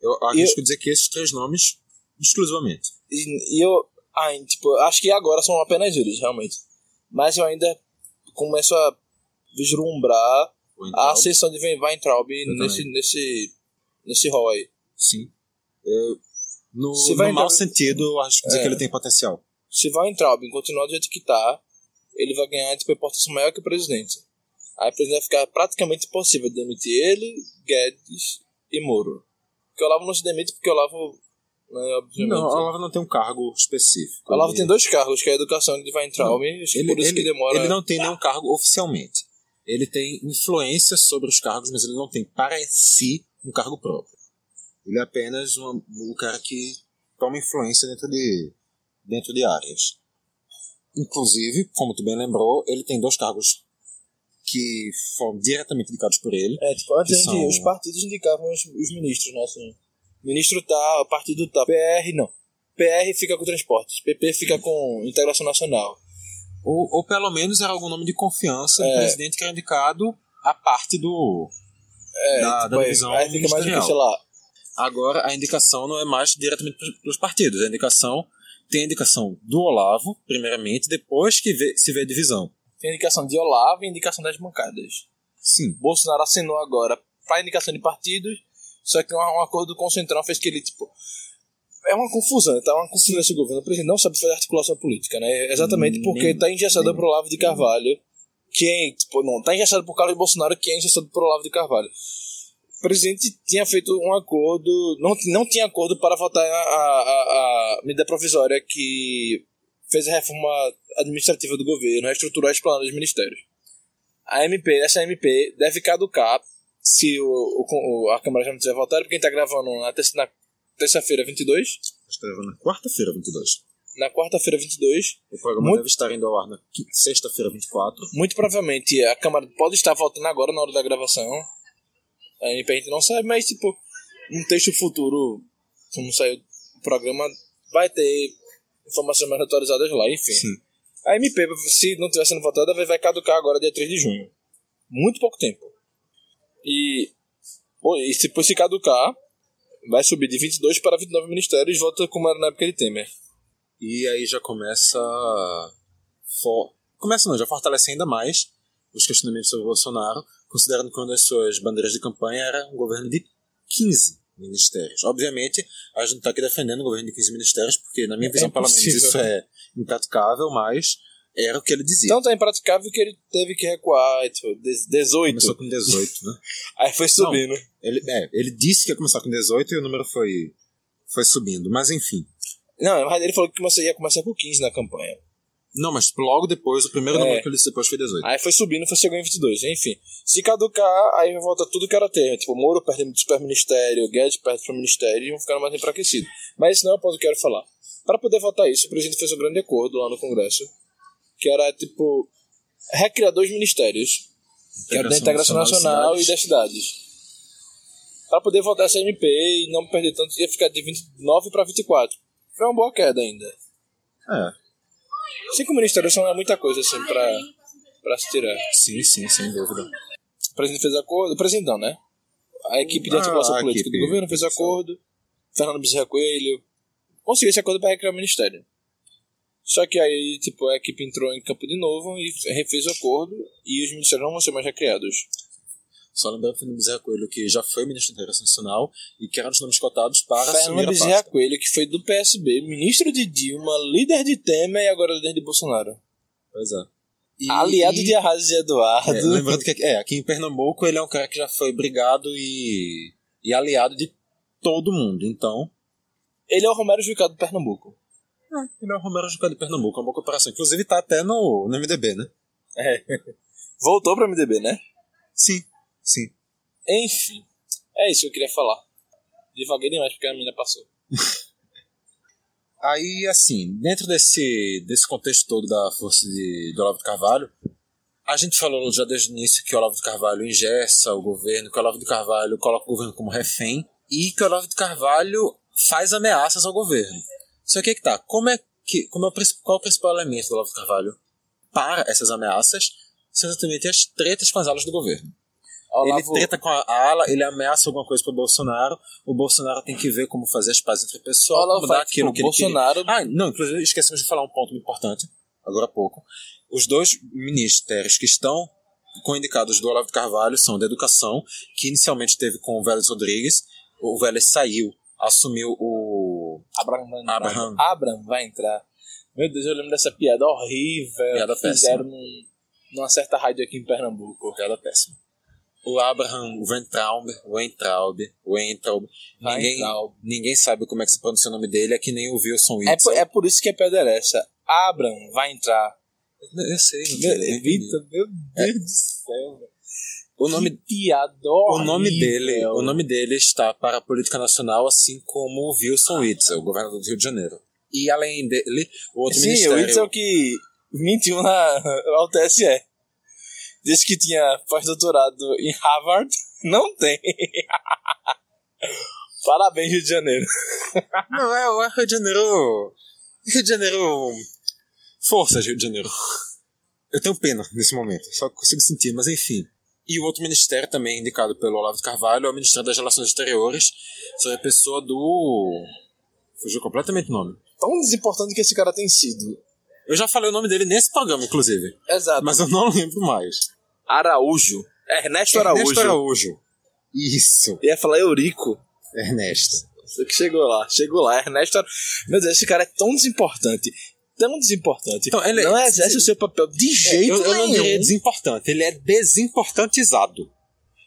Eu arrisco dizer que esses três nomes, exclusivamente.
E, e eu, ai, tipo, acho que agora são apenas eles, realmente. Mas eu ainda começo a vislumbrar
Ou então-
a ascensão de Weintraub nesse,
também.
nesse, nesse rol aí.
Sim. Eu- no
Se
no
vai
mau
entrar-
sentido, eu acho que dizer
É.
que ele tem potencial.
Se Weintraub continuar do jeito que tá, ele vai ganhar tipo, importância maior que o presidente. Aí o presidente vai ficar praticamente impossível demitir ele, Guedes e Moro. Porque o Olavo não se demite porque o Olavo. Né, obviamente.
Não, a Olavo não tem um cargo específico.
o Olavo
Ele-
tem dois cargos, que é a educação de Weintraub, e acho que
Ele,
Tipo, por isso
ele-
que demora.
ele não tem nenhum cargo oficialmente. Ele tem influência sobre os cargos, mas ele não tem para si um cargo próprio. Ele é apenas uma- um cara que toma influência dentro de, dentro de áreas. Inclusive, como tu bem lembrou, ele tem dois cargos que foram diretamente indicados por ele.
É, tipo, antes
Que
a gente-
são-
os partidos indicavam os, os ministros, né? Assim, ministro tal, partido tal. PR não. PR fica com transportes, PP fica com integração nacional.
Ou, ou pelo menos era algum nome de confiança do
É.
presidente que era indicado à parte do,
É,
da, da
aí-
divisão
aí fica mais do que,
ministerial.
sei lá.
Agora, a indicação não é mais diretamente pros- pros partidos. A indicação tem a indicação do Olavo, primeiramente, depois que vê- se vê a divisão.
Tem indicação de Olavo e indicação das bancadas.
Sim.
Bolsonaro assinou agora para indicação de partidos, só que um, um acordo com o Centrão fez que ele, tipo. É uma confusão, tá? Uma confusão esse governo. O presidente não sabe fazer articulação política, né? Exatamente
Hum,
porque
nem-
tá engessado
nem-
pro Olavo de Carvalho, que é, tipo, não, tá engessado por Carlos Bolsonaro, que é engessado pro Olavo de Carvalho. O presidente tinha feito um acordo, não, não tinha acordo para votar a, a, a medida provisória que fez a reforma administrativa do governo, reestruturar os planos dos ministérios. A MP, essa MP, deve caducar se o, o con- o- a Câmara já não tiver votado, porque a gente tá gravando na terça- na terça-feira 22,
Estava na quarta-feira, 22.
na quarta-feira 22.
O programa
Muito-
deve estar indo ao ar na qui- sexta-feira, 24.
Muito provavelmente a Câmara pode estar votando agora na hora da gravação. A MP a gente não sabe, mas tipo, um texto futuro, como saiu o programa, vai ter informações mais atualizadas lá, enfim. A MP, se não tiver sendo votada, vai- vai caducar agora, dia 3 de junho. Muito pouco tempo. E, pô, e se, se caducar, vai subir de 22 para 29 ministérios, volta como era na época de Temer.
E aí já começa. For... Começa não, já fortalece ainda mais os questionamentos sobre o Bolsonaro, considerando que uma das suas bandeiras de campanha era um governo de 15 ministérios. Obviamente, a gente não está aqui defendendo um governo de 15 ministérios, porque, na minha visão, pelo menos,
É impossível. né?
isso é impraticável, mas era o que ele dizia.
Então tá impraticável que ele teve que recuar, tipo, de- 18.
Começou com 18, né?
Aí foi subindo.
Ele, é, ele disse que ia começar com 18 e o número foi, foi subindo, mas enfim.
Não, mas ele falou que começou- ia começar com 15 na campanha.
Não, mas logo depois, o primeiro
É.
número que ele disse depois foi 18.
Aí foi subindo, foi chegando em 22. Enfim, se caducar, aí volta tudo que era ter. Tipo, Moro perde o superministério, Guedes perde o superministério e vão ficando mais enfraquecidos. Mas isso não é o ponto que eu quero falar. Para poder votar isso, o presidente fez um grande acordo lá no Congresso, que era, tipo, recriar dois ministérios, que era da Integração Nacional e das Cidades. Para poder votar essa MP e não perder tanto, ia ficar de 29 para 24. Foi uma boa queda ainda.
É,
Cinco ministérios são é muita coisa, assim, pra, pra se tirar.
sim, sim, sem dúvida.
O presidente fez acordo, o presidente não, né? A equipe de
Ah,
articulação
a
política do
equipe.
governo fez acordo, Fernando Bezerra Coelho conseguiu esse acordo pra recriar o ministério. Só que aí, tipo, a equipe entrou em campo de novo e refez o acordo e os ministérios não vão ser mais recriados.
Só lembrando que Fernando Bezerra Coelho, que já foi ministro da Integração Nacional e que era um dos nomes cotados para assumir
Fernando
a
Bezerra
pasta.
Coelho, que foi do PSB, ministro de Dilma, líder de Temer e agora líder de Bolsonaro.
Pois é. E-
Aliado
e-
de Arraes e Eduardo.
É, lembrando que é, aqui em Pernambuco ele é um cara que já foi brigado e, e aliado de todo mundo. Então,
Ele é o Romero Jucá do Pernambuco.
ele é o Romero Jucá de Pernambuco, é uma boa comparação. Inclusive tá até no, no MDB, né?
Voltou pra MDB, né?
Sim, sim.
Enfim, é isso que eu queria falar. Devaguei demais porque a menina passou.
Aí, assim, dentro desse, desse contexto todo da força de, do Olavo de Carvalho, a gente falou já desde o início que o Olavo de Carvalho ingessa o governo, que o Olavo de Carvalho coloca o governo como refém e que o Olavo de Carvalho faz ameaças ao governo. Só que aí que tá, como é que, como é o, princi- qual é o principal elemento do Olavo de Carvalho para essas ameaças? São exatamente as tretas com as alas do governo.
Olavo,
Ele treta com a ala, ele ameaça alguma coisa pro Bolsonaro, o Bolsonaro tem que ver como fazer as pazes entre o pessoal,
Olavo
como dar
fala, tipo,
aquilo que ele queria.
Bolsonaro
Ah, não, inclusive esquecemos de falar um ponto muito importante, agora há pouco. Os dois ministérios que estão com indicados do Olavo de Carvalho são o da Educação, que inicialmente teve com o Vélez Rodrigues, o Vélez saiu, assumiu o.
Abraham vai entrar.
Abraham.
Abraham vai entrar. Meu Deus, eu lembro dessa piada horrível
Piada
que fizeram num, numa certa rádio aqui em Pernambuco.
Piada péssima. O Abraham Weintraub, Weintraub, Weintraub. Ninguém,
Weintraub.
ninguém sabe como é que se pronuncia o nome dele, é que nem o Wilson
É
Whitson.
por, é por isso que a piada era essa. Abram, vai entrar.
Eu sei. é
Meu,
eu entendi.
Vitor, meu Deus do céu. velho.
É. O nome,
que piada
o nome
horrível.
dele, o nome dele está para a política nacional, assim como o Wilson Witzel, governador do Rio de Janeiro. E além dele, o outro
Sim,
ministério.
o Whitson que mentiu na, na UTSE. Disse que tinha pós-doutorado em Harvard. Não tem. Parabéns, Rio de Janeiro.
Não, é o Rio de Janeiro. Rio de Janeiro. Força, Rio de Janeiro. Eu tenho pena nesse momento, só consigo sentir, mas enfim. E o outro ministério também indicado pelo Olavo de Carvalho é o Ministério das Relações Exteriores, sobre a pessoa do. Fugiu completamente o nome.
Tão desimportante que esse cara tem sido.
Eu já falei o nome dele nesse programa, inclusive,
Exato.
mas eu não lembro mais.
Araújo. Ernesto
Ernesto Araújo. Isso,
Ia falar Eurico.
Ernesto.
Você que chegou lá. Chegou lá. Ernesto Araújo. Meu Deus, esse cara é tão desimportante. Tão desimportante.
Então, ele-
não exerce o seu papel de jeito
É, eu, eu não
nenhum.
diria desimportante, ele é desimportantizado.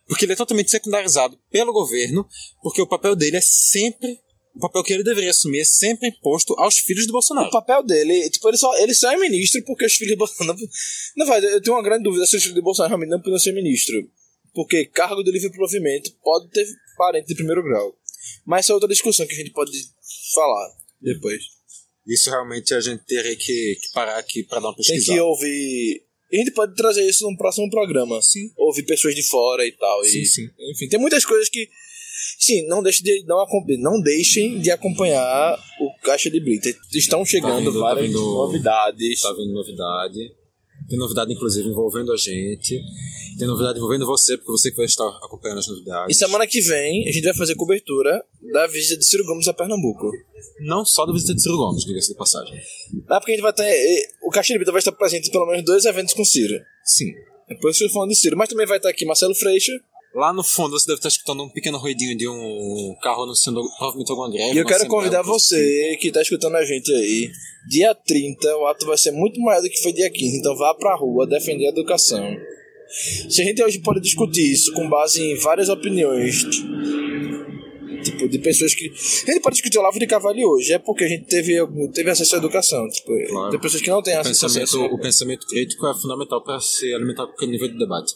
Porque ele é totalmente secundarizado pelo governo, porque o papel dele é sempre. O papel que ele deveria assumir é sempre imposto aos filhos do Bolsonaro.
O papel dele, tipo, ele só, ele só é ministro porque os filhos de Bolsonaro. Na verdade, eu tenho uma grande dúvida se os filhos de Bolsonaro realmente não podiam ser ministro. Porque cargo de livre provimento pode ter parente de primeiro grau. Mas isso é outra discussão que a gente pode falar depois.
Isso realmente a gente teria que, que parar aqui para dar uma
Tem
pesquisada.
que ouvir. A gente pode trazer isso num próximo programa.
Sim.
Ouvir pessoas de fora e tal.
Sim,
e,
sim.
Enfim, tem muitas coisas que. Sim, não deixem de, não, acom- não deixem de acompanhar o Caixa de Brita. Estão chegando
vindo, tá
várias
vindo-
novidades.
Tá vendo novidade. Tem novidade, inclusive, envolvendo a gente. Tem novidade envolvendo você, porque você que vai estar acompanhando as
E
novidades.
semana que vem a gente vai fazer cobertura da visita de Ciro Gomes a Pernambuco.
Não só do visita de Ciro Gomes, diga-se de passagem.
Lá porque a gente vai ter. eh, O Caixa de Brita vai estar presente em pelo menos dois eventos com Ciro.
Sim.
Depois eu falando de Ciro. Mas também vai estar aqui Marcelo Freixo.
Lá no fundo você deve estar escutando um pequeno ruidinho de um carro anunciando provavelmente alguma greve.
E eu
uma
quero
assembleia,
convidar
alguma coisa
você que tá escutando a gente aí. Dia 30, o ato vai ser muito maior do que foi dia 15, então vá pra rua defender a educação. Se a gente hoje pode discutir isso com base em várias opiniões, t- tipo, de pessoas que. A gente pode discutir o Olavo de Carvalho hoje, é porque a gente teve, algum- teve acesso à educação. Tipo,
Claro.
Tem pessoas que não têm
assim.
acesso
O
à educação.
pensamento, o pensamento crítico é fundamental para se alimentar com aquele nível de debate.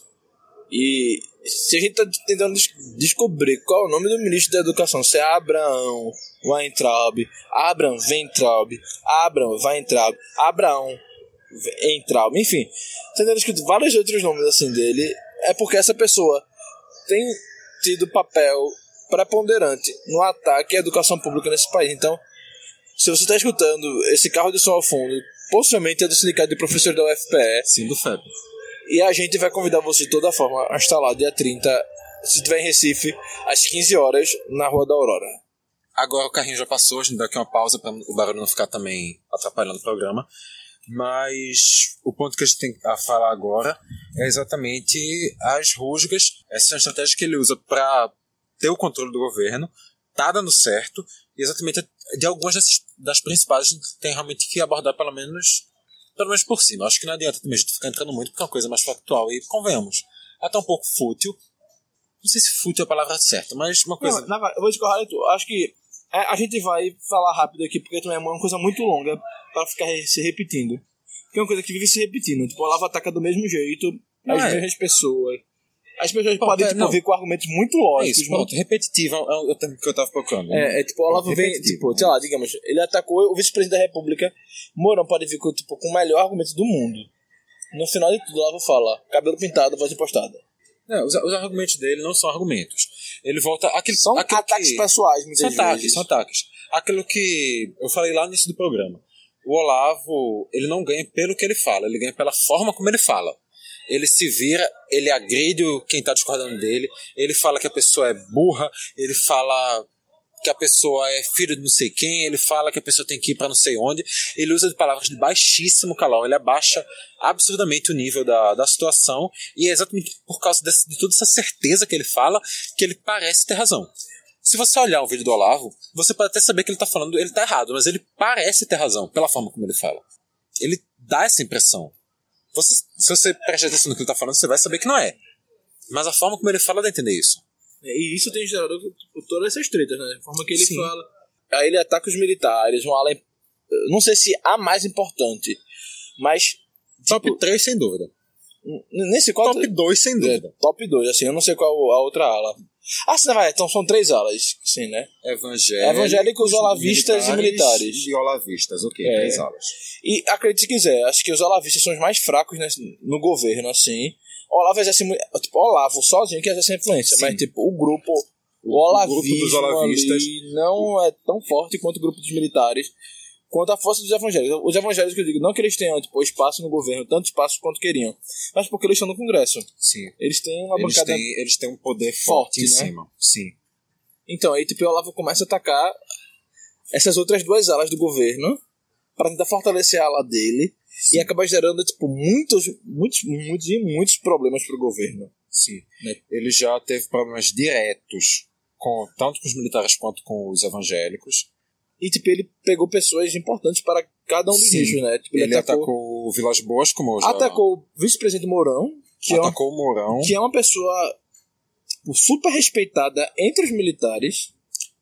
E se a gente tá tentando des- descobrir qual é o nome do ministro da Educação, se é Abraão Weintraub, Abraão Ventraub, Abraão Weintraub, Abraão Entraub, enfim, tentando descobrir vários outros nomes assim dele, é porque essa pessoa tem tido papel preponderante no ataque à educação pública nesse país. Então, se você está escutando esse carro de som ao fundo, possivelmente é do Sindicato de Professores da UFPE,
Sim, do FEB.
e a gente vai convidar você de toda forma a estar lá dia 30, se estiver em Recife, às 15 horas, na Rua da Aurora.
Agora o carrinho já passou, a gente dá aqui uma pausa para o barulho não ficar também atrapalhando o programa. Mas o ponto que a gente tem a falar agora é exatamente as rusgas. Essa é uma estratégia que ele usa para ter o controle do governo, tá dando certo, e exatamente de algumas dessas, das principais a gente tem realmente que abordar pelo menos pelo menos por cima. Acho que não adianta também a gente ficar entrando muito, porque é uma coisa mais factual e convenhamos. Até um pouco fútil. Não sei se fútil é a palavra certa, mas uma coisa.
na verdade, eu vou discordar de tu. Acho que é, a, a gente vai falar rápido aqui, porque também é uma coisa muito longa pra ficar re- se repetindo. Porque é uma coisa que vive se repetindo. Tipo, o Lava ataca do mesmo jeito,
Não
as
é.
mesmas pessoas. As pessoas
Pô,
podem
é,
tipo,
não.
vir com argumentos muito
É
lógicos,
isso, pronto. Repetitivo é o é o termo que eu tava procurando.
É, é tipo, o Olavo vem,
Repetitivo,
tipo,
né?
sei lá, digamos, ele atacou o vice-presidente da República, Mourão pode vir com, tipo, com o melhor argumento do mundo. No final de tudo, o Olavo fala, cabelo pintado, voz impostada.
É, os, os argumentos dele não são argumentos. Ele volta. Aquele,
São
aquilo
um ataques
que,
pessoais, muitas
São ataques,
vezes.
são ataques. Aquilo que eu falei lá no início do programa. O Olavo, ele não ganha pelo que ele fala, ele ganha pela forma como ele fala. Ele se vira, ele agride o- quem tá discordando dele, ele fala que a pessoa é burra, ele fala que a pessoa é filho de não sei quem, ele fala que a pessoa tem que ir pra não sei onde, ele usa de palavras de baixíssimo calão, ele abaixa absurdamente o nível da, da situação, e é exatamente por causa desse- de toda essa certeza que ele fala que ele parece ter razão.
Se você olhar o vídeo do Olavo, você pode até saber que ele tá falando, ele tá errado, mas ele parece ter razão, pela forma como ele fala. Ele dá essa impressão. Você, se você prestar atenção no que ele tá falando, você vai saber que não é. Mas a forma como ele fala dá a entender isso.
É, E isso tem gerado por todas essas tretas, né? A forma que ele
Sim.
fala. Aí ele ataca os militares, uma ala. im- eu Não sei se a mais importante, mas.
Tipo,
Top 3, sem dúvida.
n- Nesse qual.
Top 2, sem dúvida.
É, top 2, assim, eu não sei qual a outra ala. Ah, sim, vai, então são três alas, sim, né?
Evangélicos,
Evangélicos, olavistas e militares.
E olavistas, ok,
É.
três alas.
E acredite se quiser, acho que os olavistas são os mais fracos né, no governo, assim. Olavo exerce muito. Tipo, Olavo sozinho que exerce a influência,
Sim.
mas tipo, o grupo. O
o
olavismo
grupo dos olavistas.
ali não é tão forte quanto o grupo dos militares, quanto a força dos evangélicos. Os evangélicos, eu digo, não que eles tenham tipo, espaço no governo, tanto espaço quanto queriam, mas porque eles estão no Congresso.
Sim.
Eles têm uma
Eles
bancada
têm, eles têm um poder
Forte,
forte, em
né?
cima. Sim.
Então, aí tipo, o Olavo começa a atacar essas outras duas alas do governo para tentar fortalecer a ala dele e acaba gerando tipo muitos, muitos, muitos e muitos problemas pro governo.
Sim.
Né?
Ele já teve problemas diretos, com, tanto com os militares quanto com os evangélicos.
E tipo ele pegou pessoas importantes para cada um dos
Sim.
nichos, né? Tipo,
Ele, atacou, o Vilas Boas, como eu já...
atacou o vice-presidente Mourão, que é, uma,
atacou o Mourão.
que é uma pessoa tipo, super respeitada entre os militares.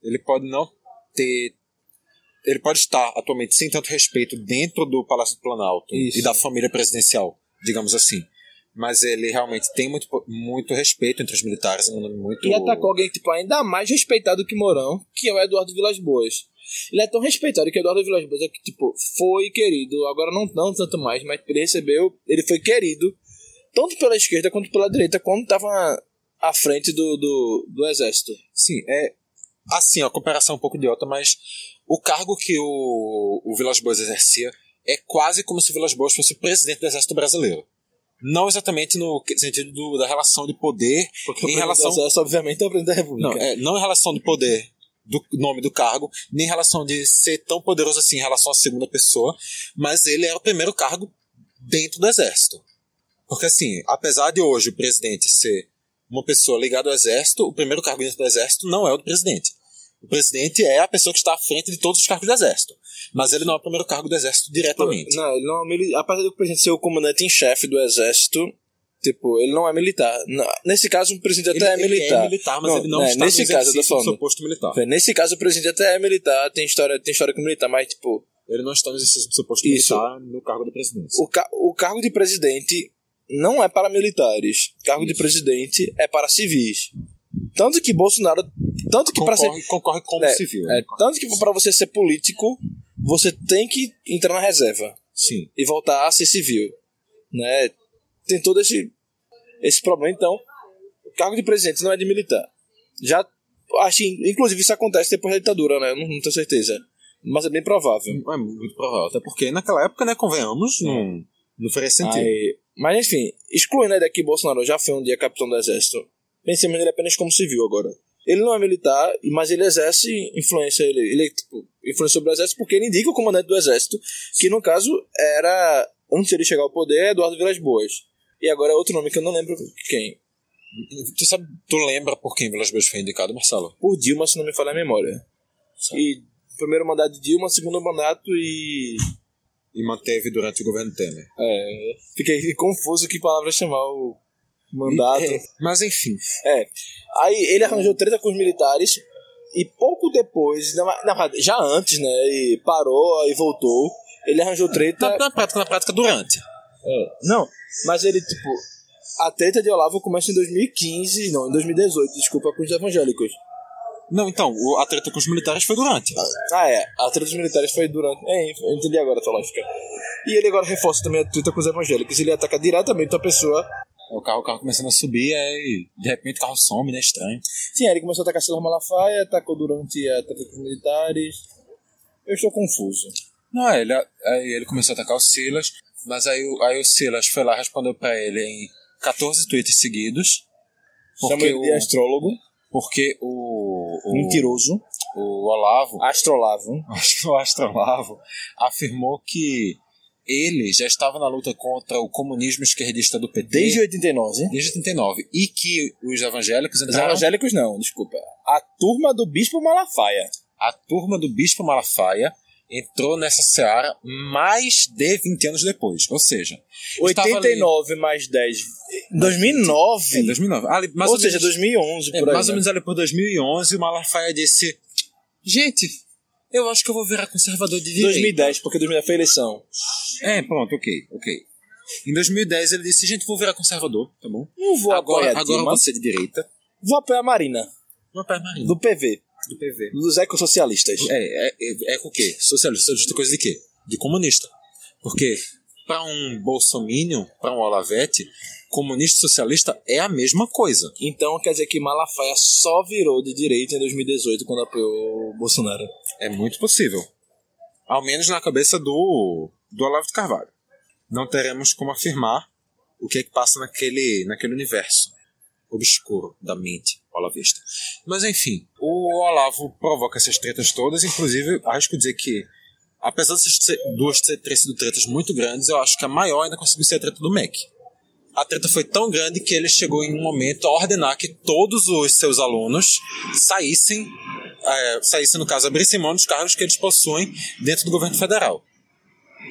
Ele pode não ter... Ele pode estar atualmente sem tanto respeito dentro do Palácio do Planalto
Isso.
e da família presidencial, digamos assim. Mas ele realmente tem muito, po- muito respeito entre os militares, é um nome muito...
E atacou alguém tipo, ainda mais respeitado que Mourão, que é o Eduardo Vilas Boas. Ele é tão respeitado que o Eduardo Vilas Boas é que, tipo, foi querido, agora não, não tanto mais, mas ele recebeu, ele foi querido, tanto pela esquerda quanto pela direita, quando tava à frente do, do, do exército.
Sim, é assim, ó, a comparação é um pouco idiota, mas o cargo que o, o Vilas Boas exercia é quase como se o Vilas Boas fosse o presidente do Exército Brasileiro. Não exatamente no que- sentido do- da relação de poder
Porque
em
o
relação.
presidente do exército, obviamente, é o presidente da
Não,
república.
é, não em relação de poder do nome do cargo, nem em relação de ser tão poderoso assim em relação à segunda pessoa, mas ele era o primeiro cargo dentro do Exército. Porque assim, apesar de hoje o presidente ser uma pessoa ligada ao Exército, o primeiro cargo dentro do Exército não é o do presidente. O presidente é a pessoa que está à frente de todos os cargos do Exército. Mas ele não é o primeiro cargo do Exército diretamente.
Não, ele não é mili- Apesar do presidente ser o comandante em chefe do exército, tipo, ele não é militar. Não, Nesse caso, o presidente até é militar.
é militar, mas
Não,
ele não
né,
está
nesse
no
caso, eu tô
exercício do
falando.
seu posto militar.
Nesse caso, o presidente até é militar, tem história, tem história com militar, mas, tipo,
Ele não está no exercício do seu posto
Isso.
militar no cargo da presidência.
O, ca- o cargo de presidente não é para militares. O cargo de presidente é para civis. Tanto que Bolsonaro. Tanto que para ser.
Concorre, concorre como
é,
civil. né?
é, tanto que para você ser político, você tem que entrar na reserva
Sim.
e voltar a ser civil. Né? Tem todo esse, esse problema. Então, o cargo de presidente não é de militar. Já. Acho que, inclusive, isso acontece depois da ditadura, né? Eu Não, não tenho certeza. Mas é bem provável.
É muito provável. Até porque naquela época, né, convenhamos, não, não faria sentido.
Aí, mas enfim, excluindo a ideia que Bolsonaro já foi um dia capitão do exército, pensemos nele apenas como civil agora. Ele não é militar, mas ele exerce influência, ele, ele tipo, influencia sobre o exército porque ele indica o comandante do exército, que no caso era, antes de ele chegar ao poder, Eduardo Vilas Boas. E agora é outro nome que eu não lembro quem.
Tu sabe, tu lembra por quem Vilas Boas foi indicado, Marcelo?
Por Dilma, se não me falha a memória. E primeiro mandato de Dilma, segundo mandato e.
E manteve durante o governo Temer.
É, fiquei confuso que palavra chamar o mandato.
Mas enfim,
É. Aí ele arranjou treta com os militares e pouco depois, na, na verdade, já antes, né? E parou e voltou. Ele arranjou treta.
na, na prática, na prática, durante. É.
Não, mas ele, tipo, a treta de Olavo começa em 2015, não, em 2018, desculpa, com os evangélicos.
Não, então, o- a treta com os militares foi durante.
Ah, é, a treta dos militares foi durante. É, eu entendi agora a tua lógica. E ele agora reforça também a treta com os evangélicos. Ele ataca diretamente a pessoa.
O carro, o carro começando a subir, aí de repente o carro some, né? Estranho.
Sim, aí ele começou a atacar Silas Malafaia, atacou durante a treta com os militares. Eu estou confuso.
Não, aí ele, aí ele começou a atacar o Silas, mas aí, o- aí o Silas foi lá e respondeu pra ele em 14 tweets seguidos.
Chama
Porque
ele de
o,
é astrólogo.
porque o, o,
mentiroso,
o Olavo
astrolavo.
acho que o astrolavo, afirmou que ele já estava na luta contra o comunismo esquerdista do PT
Desde 89.
desde 89. E que os evangélicos
Os
entraram
evangélicos não, desculpa. A turma do Bispo Malafaia.
a turma do Bispo Malafaia entrou nessa seara mais de 20 anos depois. Ou seja, estava ali-
89 mais 10. 2009?
É, 2009. Ali, mais
Ou
ou
seja,
menos,
2011,
é,
por aí.
mais ou
né?
menos ali por 2011, o Malafaia disse: Gente, eu acho que eu vou virar conservador de direita.
2010, porque 2010 foi a eleição.
É, pronto, ok, ok. Em 2010 ele disse: Gente, vou virar conservador, tá bom?
Não vou
Agora,
apoiar a
agora
Dilma,
você de direita.
vou apoiar a Marina,
Não apoia Marina.
do PV,
do PV.
dos ecossocialistas.
É, é, é, é com o quê? Socialista, socialista é coisa de quê? De comunista. Porque para um bolsominion, para um olavete, comunista e socialista é a mesma coisa.
Então quer dizer que Malafaia só virou de direita em 2018 quando apoiou o Bolsonaro.
É muito possível. Ao menos na cabeça do, do Olavo de Carvalho. Não teremos como afirmar o que é que passa naquele, naquele universo obscuro da mente olavista. Mas enfim, o Olavo provoca essas tretas todas, inclusive acho que dizer que apesar dessas tre- duas tre- ter sido tretas muito grandes, eu acho que a maior ainda conseguiu ser a treta do MEC. A treta foi tão grande que ele chegou em um momento a ordenar que todos os seus alunos saíssem, eh, saíssem no caso, abrissem mão dos cargos que eles possuem dentro do governo federal.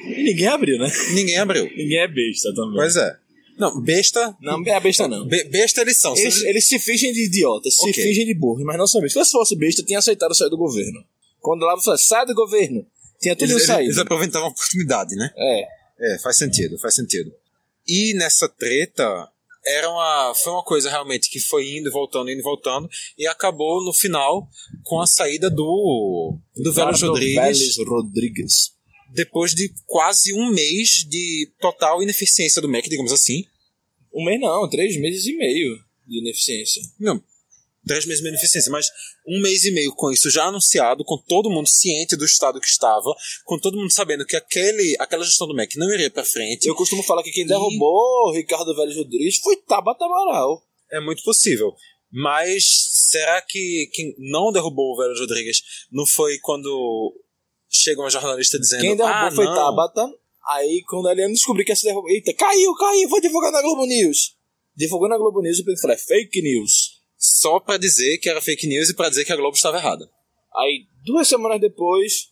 E ninguém abriu, né?
Ninguém abriu.
Ninguém é besta também.
Pois é. Não, besta.
Não, é besta não.
be- besta eles são.
Eles, eles se fingem de idiotas, se
Ok.
fingem de burros, mas não são bestas. Se eu fosse besta, eu tinha aceitado sair do governo. Quando lá falou, sai do governo, tinha tudo
eles,
saído.
eles aproveitavam a oportunidade, né?
É.
É, faz sentido, faz sentido. E nessa treta, era uma, foi uma coisa realmente que foi indo e voltando, indo e voltando, e acabou no final com a saída do, do Velas
Eduardo
Rodrigues,
Vélez Rodrigues.
depois de quase um mês de total ineficiência do MEC, digamos assim.
Um mês não, três meses e meio de ineficiência.
Não, três meses de ineficiência, mas um mês e meio com isso já anunciado, com todo mundo ciente do estado que estava, com todo mundo sabendo que aquele, aquela gestão do MEC não iria pra frente.
Eu costumo falar que quem derrubou o Ricardo Velho Rodrigues foi Tabata Amaral.
É muito possível. Mas será que quem não derrubou o Velho Rodrigues não foi quando chega uma jornalista dizendo
Quem derrubou
ah,
foi
não,
Tabata. Aí quando a Eliane descobriu que ia se derrubar, eita, caiu, caiu, vou divulgar na Globo News. Divulgou na Globo News e o Pedro falou, é fake news.
só pra dizer que era fake news e pra dizer que a Globo estava errada.
Aí, duas semanas depois,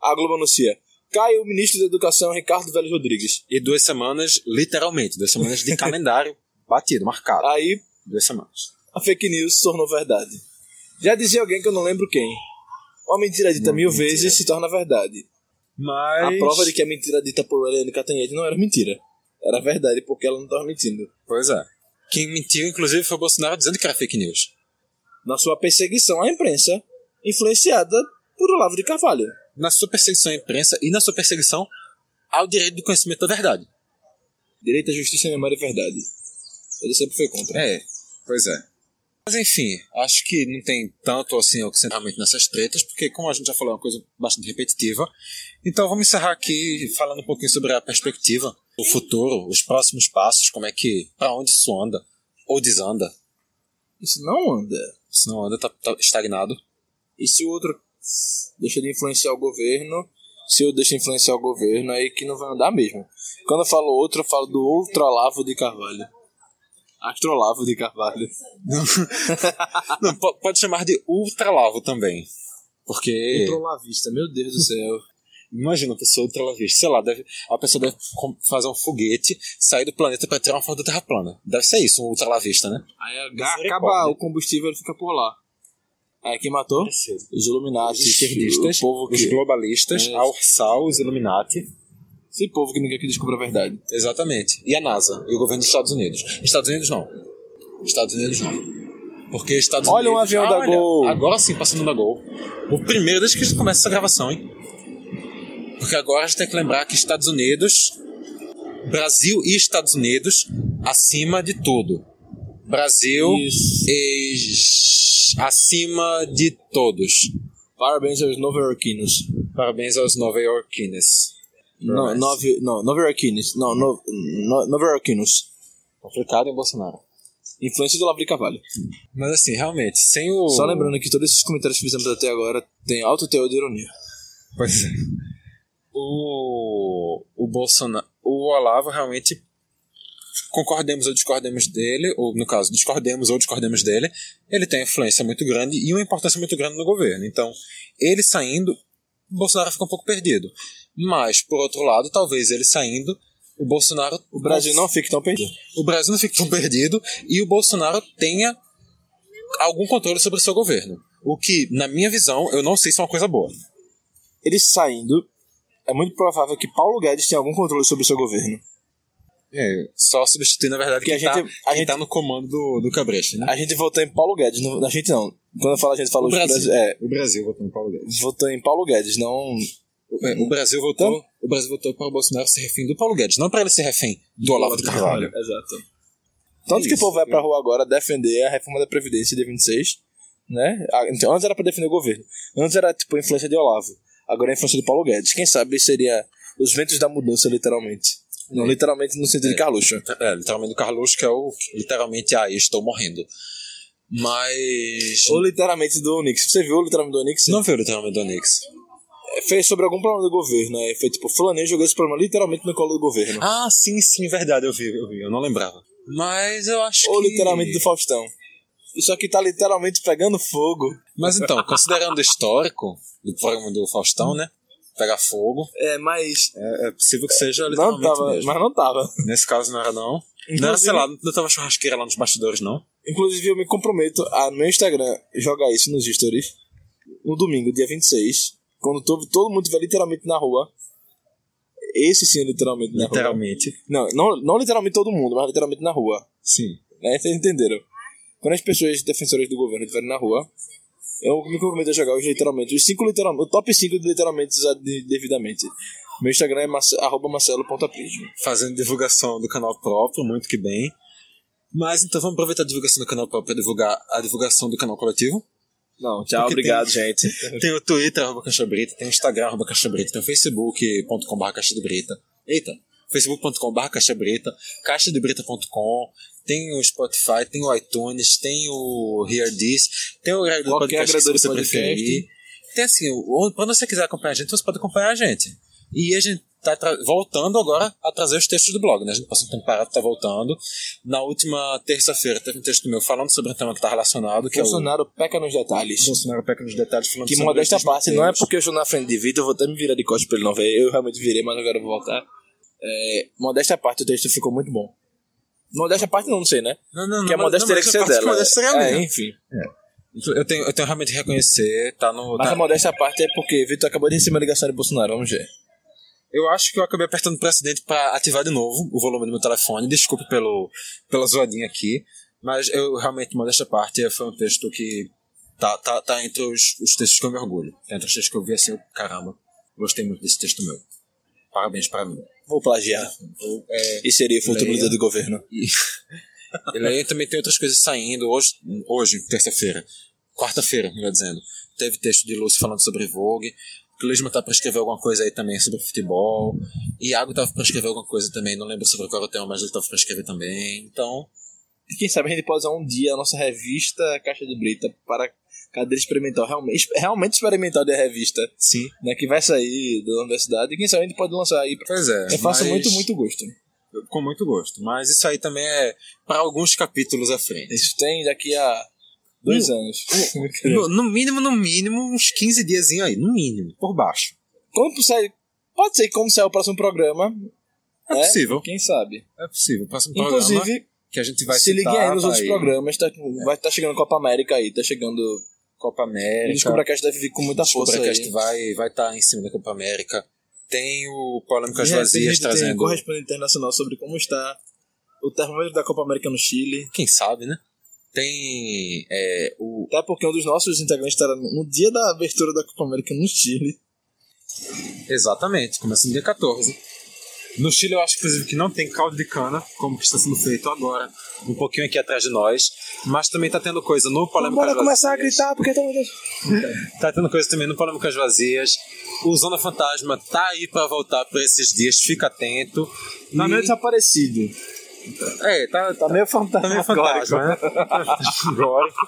a Globo anuncia, cai o ministro da Educação, Ricardo Velho Rodrigues.
E duas semanas, literalmente, duas semanas de calendário batido, marcado.
Aí,
Duas semanas.
a fake news se tornou verdade. Já dizia alguém que eu não lembro quem. Uma mentira dita mil
mentira.
vezes se torna verdade.
Mas.
A prova de que a mentira dita por Eliane Catanhete não era mentira. Era verdade, porque ela não estava mentindo.
Pois é. Quem mentiu, inclusive, foi o Bolsonaro dizendo que era fake news.
Na sua perseguição à imprensa, influenciada por Olavo de Carvalho.
Na sua perseguição à imprensa e na sua perseguição ao direito do conhecimento da verdade.
Direito à justiça, memória e verdade. Ele sempre foi contra.
É, pois é. Mas enfim, acho que não tem tanto assim o que realmente nessas tretas, porque como a gente já falou, é uma coisa bastante repetitiva. Então vamos encerrar aqui falando um pouquinho sobre a perspectiva, o futuro, os próximos passos, como é que, para onde isso anda ou desanda.
Isso não anda.
Se não anda, tá, tá estagnado.
E se o outro deixa de influenciar o governo, se eu deixo influenciar o governo, aí que não vai andar mesmo. Quando eu falo outro, eu falo do outro Olavo de Carvalho. Astrolavo de Carvalho.
Não, po- pode chamar de ultralavo também. Porque é
Ultralavista, meu Deus do céu.
imagina a pessoa ultralavista, sei lá, deve, a pessoa deve com- fazer um foguete, sair do planeta para tirar uma foto da Terra plana. Deve ser isso, um ultralavista, né?
Aí acaba
Misericórdia.
o combustível, ele fica por lá. Aí quem matou? Os Illuminati,
É os esquerdistas,
O povo que,
os globalistas,
É.
a Ursal, os Illuminati.
esse povo que ninguém quer que descubra a verdade.
Exatamente. E a NASA, e o governo dos Estados Unidos. Estados Unidos não. Estados Unidos não. Porque Estados
Olha um
Unidos.
avião da Gol.
Agora sim, passando da Gol. O primeiro desde que a gente começa essa gravação, hein? Porque agora a gente tem que lembrar que Estados Unidos, Brasil e Estados Unidos, acima de tudo. Brasil
Isso.
ex- acima de todos.
Parabéns aos nova-iorquinos.
Parabéns aos nova-iorquines.
No- nove- Não, nova-iorquinos. Não, no- no- nova-iorquinos.
Complicado em Bolsonaro.
Influência do Olavo de Carvalho.
Mas assim, realmente, sem o.
Só lembrando que todos esses comentários que fizemos até agora têm alto teor de ironia.
Pois é. o, o Bolsonaro, o Olavo realmente concordemos ou discordemos dele, ou no caso, discordemos ou discordemos dele, ele tem influência muito grande e uma importância muito grande no governo. Então, ele saindo, o Bolsonaro fica um pouco perdido. Mas, por outro lado, talvez ele saindo, o Bolsonaro.
O Brasil não fica tão perdido.
o Brasil não fique tão perdido e o Bolsonaro tenha algum controle sobre o seu governo. O que, na minha visão, eu não sei se é uma coisa boa.
Ele saindo, é muito provável que Paulo Guedes tenha algum controle sobre o seu governo.
É, só substituir, na verdade,
Porque
quem,
a
está
gente- a gente-
no comando do, do Cabresto, né?
A gente votou em Paulo Guedes, não, a gente não. Quando eu falo a gente falou
O
de
Brasil.
Brasil, é,
O Brasil votou no Paulo Guedes.
votou em Paulo Guedes, não
É, o Brasil votou, o Brasil votou para o Bolsonaro ser refém do Paulo Guedes, não para ele ser refém do Olavo de Carvalho.
Exato. Tanto
É
que o
isso.
povo vai pra rua agora defender a reforma da Previdência de 26, né? Ah, Então, antes era pra defender o governo. Antes era, tipo, a influência de Olavo. Agora é a influência de Paulo Guedes. Quem sabe seria os ventos da mudança, literalmente. Não, literalmente no sentido de Carluxo.
É, literalmente o Carlos, que é o literalmente, ah, estou morrendo. Mas.
Ou literalmente do Onix. Você viu o literalmente do Onix?
Não viu literalmente o Onix.
É, Fez sobre algum problema do governo. Aí foi tipo, fulaninho jogou esse problema literalmente no colo do governo.
Ah, sim, sim, verdade, eu vi, eu vi, eu não lembrava. Mas eu acho
Ou
que.
literalmente do Faustão. Isso aqui tá literalmente pegando fogo.
Mas então, considerando o histórico do programa do Faustão, né? Pegar fogo.
É, mas.
É, é possível que seja
Não
literalmente
tava,
mesmo.
mas não tava.
Nesse caso não era, não. Não era,
Inclusive-
sei lá, não tava churrasqueira lá nos bastidores, não.
Inclusive, eu me comprometo a no meu Instagram jogar isso nos stories no domingo, dia 26, quando todo, todo mundo estiver literalmente na rua. Esse sim, é literalmente na rua.
Literalmente.
Não, não, não literalmente todo mundo, mas literalmente na rua.
Sim.
Né? Vocês entenderam? Quando as pessoas defensoras do governo estiverem na rua, eu me comprometo a jogar os literalmente, os cinco literalmente, o top 5 de literalmente usados de- devidamente. Meu Instagram é marce, arroba marcelo.prisma.
fazendo divulgação do canal próprio, muito que bem. Mas então vamos aproveitar a divulgação do canal próprio para divulgar a divulgação do canal coletivo.
Não, tchau,
Porque
obrigado, gente.
Tem o Twitter, arroba Caixa Brita, tem o Instagram, arroba Caixa Brita, tem o facebook.com.br Caixa de Brita. Eita! facebook.com.br Caixa Brita, caixadebrita.com, tem o Spotify, tem o iTunes, tem o Hear This, tem o agregador de
Qualquer
podcast que
agregador de
você
podcast.
preferir. Tem assim, o- quando você quiser acompanhar a gente, você pode acompanhar a gente. E a gente tá tra- voltando agora a trazer os textos do blog, né? A gente passou um tempo parado, tá voltando. Na última terça-feira teve um texto meu falando sobre um tema que tá relacionado, que
Bolsonaro peca nos
é o...
detalhes.
Bolsonaro peca nos detalhes falando
Que
sobre
modesta
os
parte, não é
desmantelos.
porque eu estou na frente de Vitor, eu vou até me virar de costas pra ele não ver. Eu realmente virei, mas agora eu vou voltar. É, modesta parte, o texto ficou muito bom. Modesta parte, não, não sei, né?
Não, não,
Porque a
não,
modéstia
não,
teria
mas
que
essa
ser
parte
dela.
modéstia seria a
é,
minha.
enfim.
Eu tenho, eu tenho realmente que reconhecer, tá no.
Mas
tá-
a modesta parte é porque Vitor acabou de receber uma ligação de Bolsonaro, vamos ver.
Eu acho que eu acabei apertando o acidente pra ativar de novo o volume do meu telefone. Desculpe pelo, pela zoadinha aqui. Mas eu realmente, modesta parte, foi um texto que tá, tá, tá entre os, os textos que eu me orgulho. Tá Entre os textos que eu vi assim, eu, caramba, gostei muito desse texto meu. Parabéns pra mim.
Vou plagiar.
Eu, é,
E seria o futuro
Leia.
líder do governo.
E aí também tem outras coisas saindo hoje, hoje terça-feira, quarta-feira, melhor dizendo. Teve texto de Lúcio falando sobre Vogue. Clisma tá pra escrever alguma coisa aí também sobre futebol. Iago tava pra escrever alguma coisa também, não lembro sobre qual era o tema, mas ele tava pra escrever também. Então,
E quem sabe a gente pode usar um dia a nossa revista Caixa de Brita para cadeira experimental. Realmente, realmente experimental de revista,
sim.
né? Que vai sair da universidade. E quem sabe a gente pode lançar aí.
Pois é.
Eu faço
mas-
muito, muito gosto.
Com muito gosto. Mas isso aí também é para alguns capítulos à frente.
Isso tem daqui a dois
Hum.
anos. É.
No, no mínimo, no mínimo, uns 15 dias aí, no mínimo, por baixo.
Quando sair, pode ser que quando sair o próximo programa,
É,
É?
possível.
quem sabe.
É possível. Próximo programa
Inclusive,
que a gente vai
se liguem aí nos
vai-
outros programas, tá, vai estar chegando Copa América aí, tá chegando.
Copa América.
Descubra que a gente deve vir com muita força aí.
É, então. Descubra Tipo, vai vai estar em cima da Copa América. Tem o Polêmicas
De repente, a
Vazias
gente é, tem
trazendo.
correspondente internacional sobre como está o termômetro da Copa América no Chile.
Quem sabe, né? Tem é, o.
Até porque um dos nossos integrantes estará no dia da abertura da Copa América no Chile.
Exatamente, começa no dia 14. No Chile eu acho, inclusive, que não tem caldo de cana, como que está sendo feito agora, um pouquinho aqui atrás de nós. Mas também está tendo coisa no Polêmicas
Bora
Vazias.
começar a gritar, porque tá.
Tá tendo coisa também no Polêmicas Vazias. O Zona Fantasma tá aí para voltar para esses dias, fica atento.
Tá
E-
meio desaparecido.
É, tá,
Tá meio fantasma.
Tá meio fantasma, né? Fantasmagórico.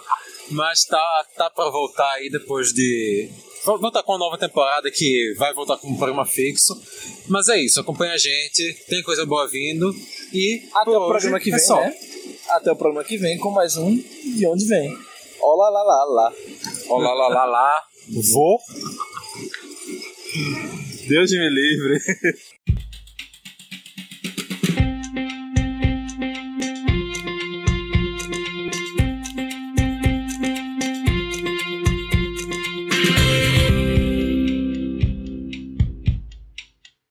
Mas tá, tá pra voltar aí depois de Vamos voltar com a nova temporada que vai voltar com um programa fixo. Mas é isso, acompanha a gente, tem coisa boa vindo. E
Até
por
o programa
hoje
que
é
vem,
só.
né? Até o programa que vem com mais um De Onde Vem. Olá, lá, lá, lá.
Olá, lá, lá, lá. Vou.
Deus me livre.